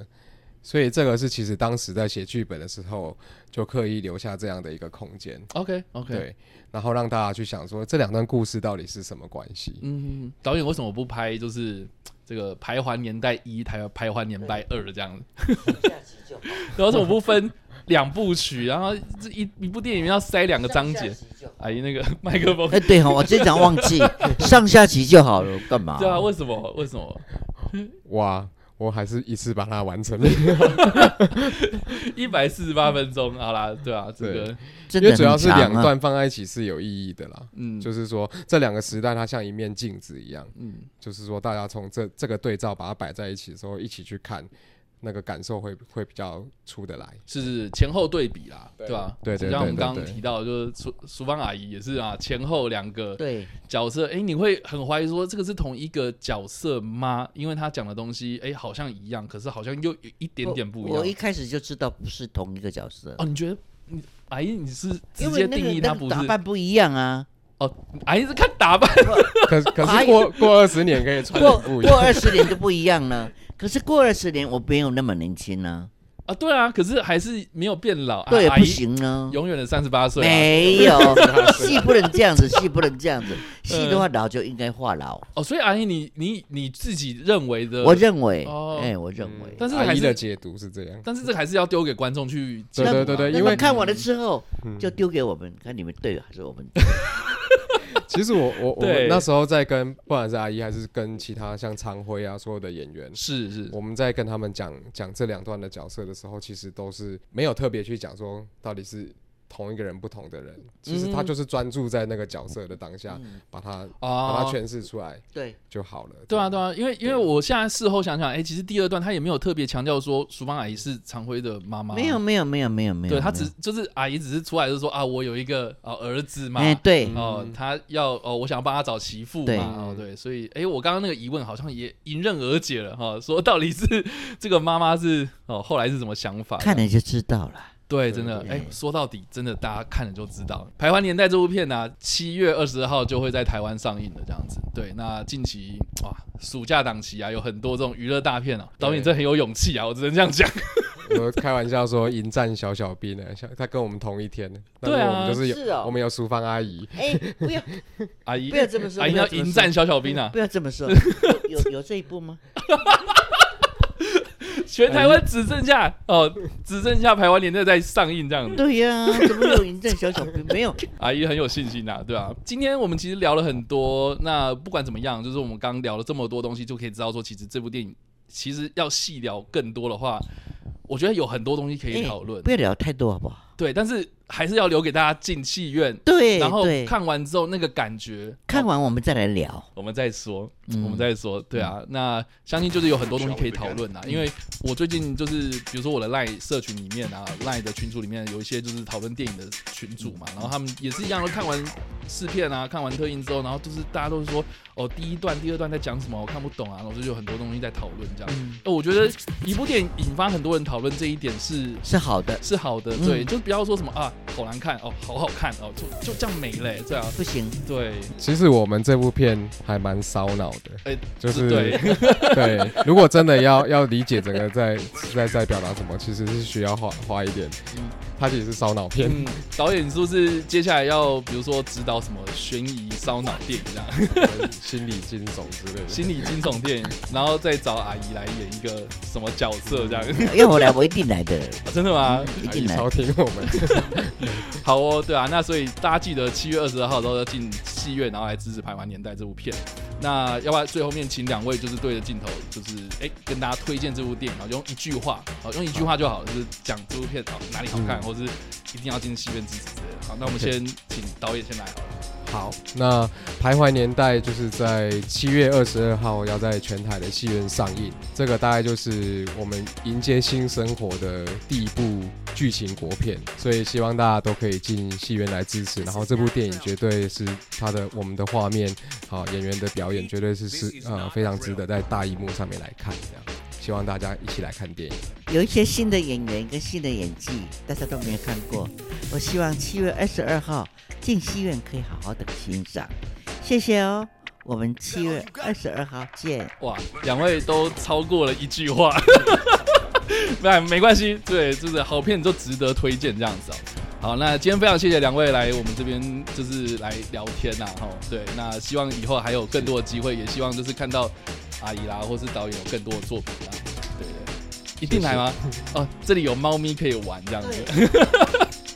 [SPEAKER 3] 所以这个是其实当时在写剧本的时候就刻意留下这样的一个空间，
[SPEAKER 2] ？OK OK，
[SPEAKER 3] 对，然后让大家去想说这两段故事到底是什么关系。
[SPEAKER 2] 嗯，导演为什么不拍就是这个排环年代一、台排环年代二这样子？
[SPEAKER 4] 下集就好，
[SPEAKER 2] 然后怎么不分两部曲，然后这一一部电影要塞两个章 节？阿姨，那个麦克风，
[SPEAKER 4] 哎，对哈，我经常忘记上下集就好了，干嘛？
[SPEAKER 2] 对啊，为什么？为什么？
[SPEAKER 3] 哇，我还是一次把它完成
[SPEAKER 2] 一百四十八分钟，好啦，对啊，这个，
[SPEAKER 4] 真
[SPEAKER 3] 因
[SPEAKER 4] 的
[SPEAKER 3] 为主要
[SPEAKER 4] 很
[SPEAKER 3] 是
[SPEAKER 4] 长
[SPEAKER 3] 两
[SPEAKER 4] 啊
[SPEAKER 3] 段放在一起是有意义的啦。
[SPEAKER 2] 嗯，
[SPEAKER 3] 就是说，这两个时代它像一面镜子一样，
[SPEAKER 2] 嗯，
[SPEAKER 3] 就是说大家从这这个对照把它摆在一起的时候，一起去看，那个感受会会比较出 得来。
[SPEAKER 2] 是是前后对比啦，
[SPEAKER 3] 对
[SPEAKER 2] 对吧？
[SPEAKER 3] 对对
[SPEAKER 2] 就像我们
[SPEAKER 3] 对对
[SPEAKER 2] 刚刚
[SPEAKER 3] 对
[SPEAKER 2] 提到，就是淑淑芳阿姨也是啊，前后两个
[SPEAKER 4] 对，
[SPEAKER 2] 角色，哎，你会很怀疑说这个是同一个角色吗？因为他讲的东西，哎，好像一样，可是好像又有一点点不一
[SPEAKER 4] 我我一
[SPEAKER 2] 样。
[SPEAKER 4] 开始就知道不是同一个角色，
[SPEAKER 2] 哦，你觉得你阿姨你是直
[SPEAKER 4] 因为
[SPEAKER 2] 接
[SPEAKER 4] 那
[SPEAKER 2] 定义
[SPEAKER 4] 个
[SPEAKER 2] 他
[SPEAKER 4] 那
[SPEAKER 2] 不
[SPEAKER 4] 个
[SPEAKER 2] 是
[SPEAKER 4] 打扮不一样啊。
[SPEAKER 2] 哦，阿姨是看打扮，
[SPEAKER 3] 可可是过过二十年可以穿
[SPEAKER 4] 过
[SPEAKER 3] 的不一
[SPEAKER 4] 啊过
[SPEAKER 3] 样，
[SPEAKER 4] 二十年就不一样了。可是过二十年我没有那么年轻了、
[SPEAKER 2] 啊，对啊，可是还是没有变老。啊、
[SPEAKER 4] 对，
[SPEAKER 2] 阿
[SPEAKER 4] 不
[SPEAKER 2] 姨
[SPEAKER 4] 行呢、
[SPEAKER 2] 永远的三十八岁啊。
[SPEAKER 4] 没有戏不能这样子，戏不能这样子，戏的话老就应该话痨。
[SPEAKER 2] 哦，所以阿姨你，你你自己认为的，
[SPEAKER 4] 我认为，哎、
[SPEAKER 2] 哦
[SPEAKER 4] 我认为，
[SPEAKER 2] 但是还
[SPEAKER 3] 阿姨
[SPEAKER 2] 是
[SPEAKER 3] 的解读是这 样。
[SPEAKER 2] 但是这个还是要丢给观众去解
[SPEAKER 3] 对
[SPEAKER 2] 读啊。
[SPEAKER 3] 对对对，
[SPEAKER 4] 那
[SPEAKER 3] 因
[SPEAKER 4] 么
[SPEAKER 3] 为
[SPEAKER 4] 看完了之后就丢给我们，看你们对还是我们对。
[SPEAKER 3] 其实我我我
[SPEAKER 2] 对
[SPEAKER 3] 们那时候在跟不管是阿姨还是跟其他像常辉啊所有的演员，
[SPEAKER 2] 是是，
[SPEAKER 3] 我们在跟他们讲讲这两段的角色的时候，其实都是没有特别去讲说到底是同一个人不同的
[SPEAKER 2] 嗯
[SPEAKER 3] 人，其实他就是专注在那个角色的当下，
[SPEAKER 4] 嗯
[SPEAKER 3] 把他把它
[SPEAKER 2] 啊。
[SPEAKER 3] 诠释出来
[SPEAKER 4] 对，
[SPEAKER 3] 就好了。
[SPEAKER 2] 对啊，对
[SPEAKER 3] 啊，
[SPEAKER 2] 啊，因为因为我现在事后想想，哎、其实第二段他也没有特别强调说淑芳阿姨是常辉的妈妈，
[SPEAKER 4] 没有，没有没有没有没有，
[SPEAKER 2] 对他
[SPEAKER 4] 没
[SPEAKER 2] 只
[SPEAKER 4] 有
[SPEAKER 2] 就是阿姨只是出来就说啊，我有一个啊儿子嘛，
[SPEAKER 4] 哎对
[SPEAKER 3] 嗯，
[SPEAKER 2] 哦，他要哦，我想要帮他找媳妇嘛，
[SPEAKER 4] 对
[SPEAKER 2] 哦对，所以哎，我刚刚那个疑问好像也迎刃而解了哈、说到底是这个妈妈是哦，后来是什么想法？
[SPEAKER 4] 看了就知道了。
[SPEAKER 2] 对，真的
[SPEAKER 4] 对
[SPEAKER 2] 哎
[SPEAKER 4] 对，
[SPEAKER 2] 说到底真的大家看了就知道，《台湾年代》这部片呢、啊七月二十号就会在台湾上映的这样子。对，那近期哇，暑假档期啊，有很多这种娱乐大片啊，导演真的很有勇气啊，我只能这样讲。
[SPEAKER 3] 我开玩笑说迎战小小兵呢，小他跟我们同一天，但
[SPEAKER 2] 对啊
[SPEAKER 3] 我们就是
[SPEAKER 4] 是哦
[SPEAKER 3] 有我们有淑芳阿姨，
[SPEAKER 4] 哎，不 要
[SPEAKER 2] 阿姨
[SPEAKER 4] 不，要这么说，
[SPEAKER 2] 阿姨
[SPEAKER 4] 不
[SPEAKER 2] 啊要
[SPEAKER 4] 这么
[SPEAKER 2] 迎
[SPEAKER 4] 说
[SPEAKER 2] 战小小兵啊，
[SPEAKER 4] 不要这么说， 有有有这一步吗？
[SPEAKER 2] 全台湾只剩下哦，只剩下《台湾年代》在上映这样子。
[SPEAKER 4] 对呀、怎么有嬴政小小兵？没有，
[SPEAKER 2] 阿姨很有信心啊，对吧、今天我们其实聊了很多，那不管怎么样，就是我们刚聊了这么多东西，就可以知道说，其实这部电影其实要细聊更多的话，我觉得有很多东西可以讨论，
[SPEAKER 4] 哎不要聊太多好不好？
[SPEAKER 2] 对，但是还是要留给大家进戏院，
[SPEAKER 4] 对，
[SPEAKER 2] 然后
[SPEAKER 4] 哎对
[SPEAKER 2] 看完之后那个感觉，
[SPEAKER 4] 看完我们再来聊。
[SPEAKER 2] 我们再说，
[SPEAKER 4] 嗯嗯
[SPEAKER 2] 我们再说，对啊，那相信就是有很多东西可以讨论啦。啊因为我最近就是，比如说我的赖社群里面啊，赖的群组里面有一些就是讨论电影的群组
[SPEAKER 4] 嗯
[SPEAKER 2] 嘛，然后他们也是一样，都看完试片啊，看完特映之后，然后就是大家都是说，哦，第一段、第二段在讲什么，我看不懂啊，然后就有很多东西在讨论这样。
[SPEAKER 4] 嗯，
[SPEAKER 2] 呃我觉得一部电影引发很多人讨论这一点是
[SPEAKER 4] 是好的，
[SPEAKER 2] 是好的，
[SPEAKER 4] 嗯
[SPEAKER 2] 对，就不要说什么啊，好难看哦，好好看哦，就就这样没了、欸，这样
[SPEAKER 4] 不行，
[SPEAKER 2] 对，
[SPEAKER 3] 其实我们这部片还蛮烧脑的，
[SPEAKER 2] 哎、
[SPEAKER 3] 就是
[SPEAKER 2] 对。
[SPEAKER 3] 对，如果真的要要理解整个在在在表达什么，其实是需要花花一点
[SPEAKER 2] 嗯，
[SPEAKER 3] 它其实是烧脑片。
[SPEAKER 2] 嗯，导演，你是不是接下来要比如说指导什么悬疑烧脑电影这 样，
[SPEAKER 3] 心理惊悚之类的。
[SPEAKER 2] 心理惊悚电影，然后再找阿姨来演一个什么角色这样？
[SPEAKER 3] 嗯
[SPEAKER 2] 啊
[SPEAKER 4] 要我来我一定来的，
[SPEAKER 2] 真的吗？
[SPEAKER 4] 一
[SPEAKER 3] 阿
[SPEAKER 4] 定
[SPEAKER 3] 姨
[SPEAKER 4] 来。
[SPEAKER 3] 超听我们，
[SPEAKER 2] 好哦，对啊，那所以大家记得七月二十二号都要进戏院，然后来支持《台湾年代》这部片。那要不然最后面请两位就是对着镜头，就是哎、跟大家推荐这部电影，然后用一句话，好用一句话就好，就是讲这部片好哪里好看，
[SPEAKER 3] 嗯
[SPEAKER 2] 或是一定要进戏院支持之类的。好，那我们先请导演先来 好了。
[SPEAKER 3] 好，那徘徊年代就是在七月二十二号要在全台的戏院上映，这个大概就是我们迎接新生活的第一部剧情国片，所以希望大家都可以进戏院来支持。然后这部电影绝对是它的我们的画面，好演员的表演绝对是是呃非常值得在大荧幕上面来看这样。希望大家一起来看电影。
[SPEAKER 4] 有一些新的演员跟新的演技，大家都没有看过。我希望七月二十二号进戏院可以好好的欣赏，谢谢哦。我们七月二十二号见。
[SPEAKER 2] 哇，两位都超过了一句话， 那没关系，对，就是好片就值得推荐这样子哦。好，那今天非常谢谢两位来我们这边，就是来聊天呐、哈。对，那希望以后还有更多的机会，也希望就是看到阿姨啦，或是导演有更多的作品啊。对对，一定来吗？哦，这里有猫咪可以玩这样子。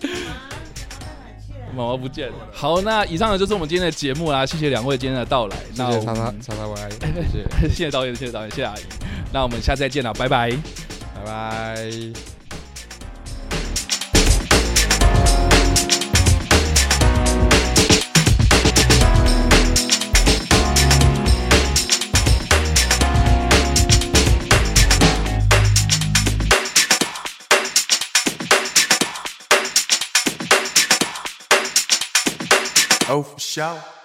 [SPEAKER 2] 毛毛不见了。好，那以上呢就是我们今天的节目啦，谢谢两位今天的到来。
[SPEAKER 3] 谢
[SPEAKER 2] 那
[SPEAKER 3] 谢
[SPEAKER 2] 我
[SPEAKER 3] 叉叉
[SPEAKER 2] 们
[SPEAKER 3] 叉叉 Y，谢谢，
[SPEAKER 2] 谢谢导演，谢谢导演，谢谢阿姨。那我们下次再见了，拜拜。
[SPEAKER 3] 拜拜。
[SPEAKER 1] Oh, for sure.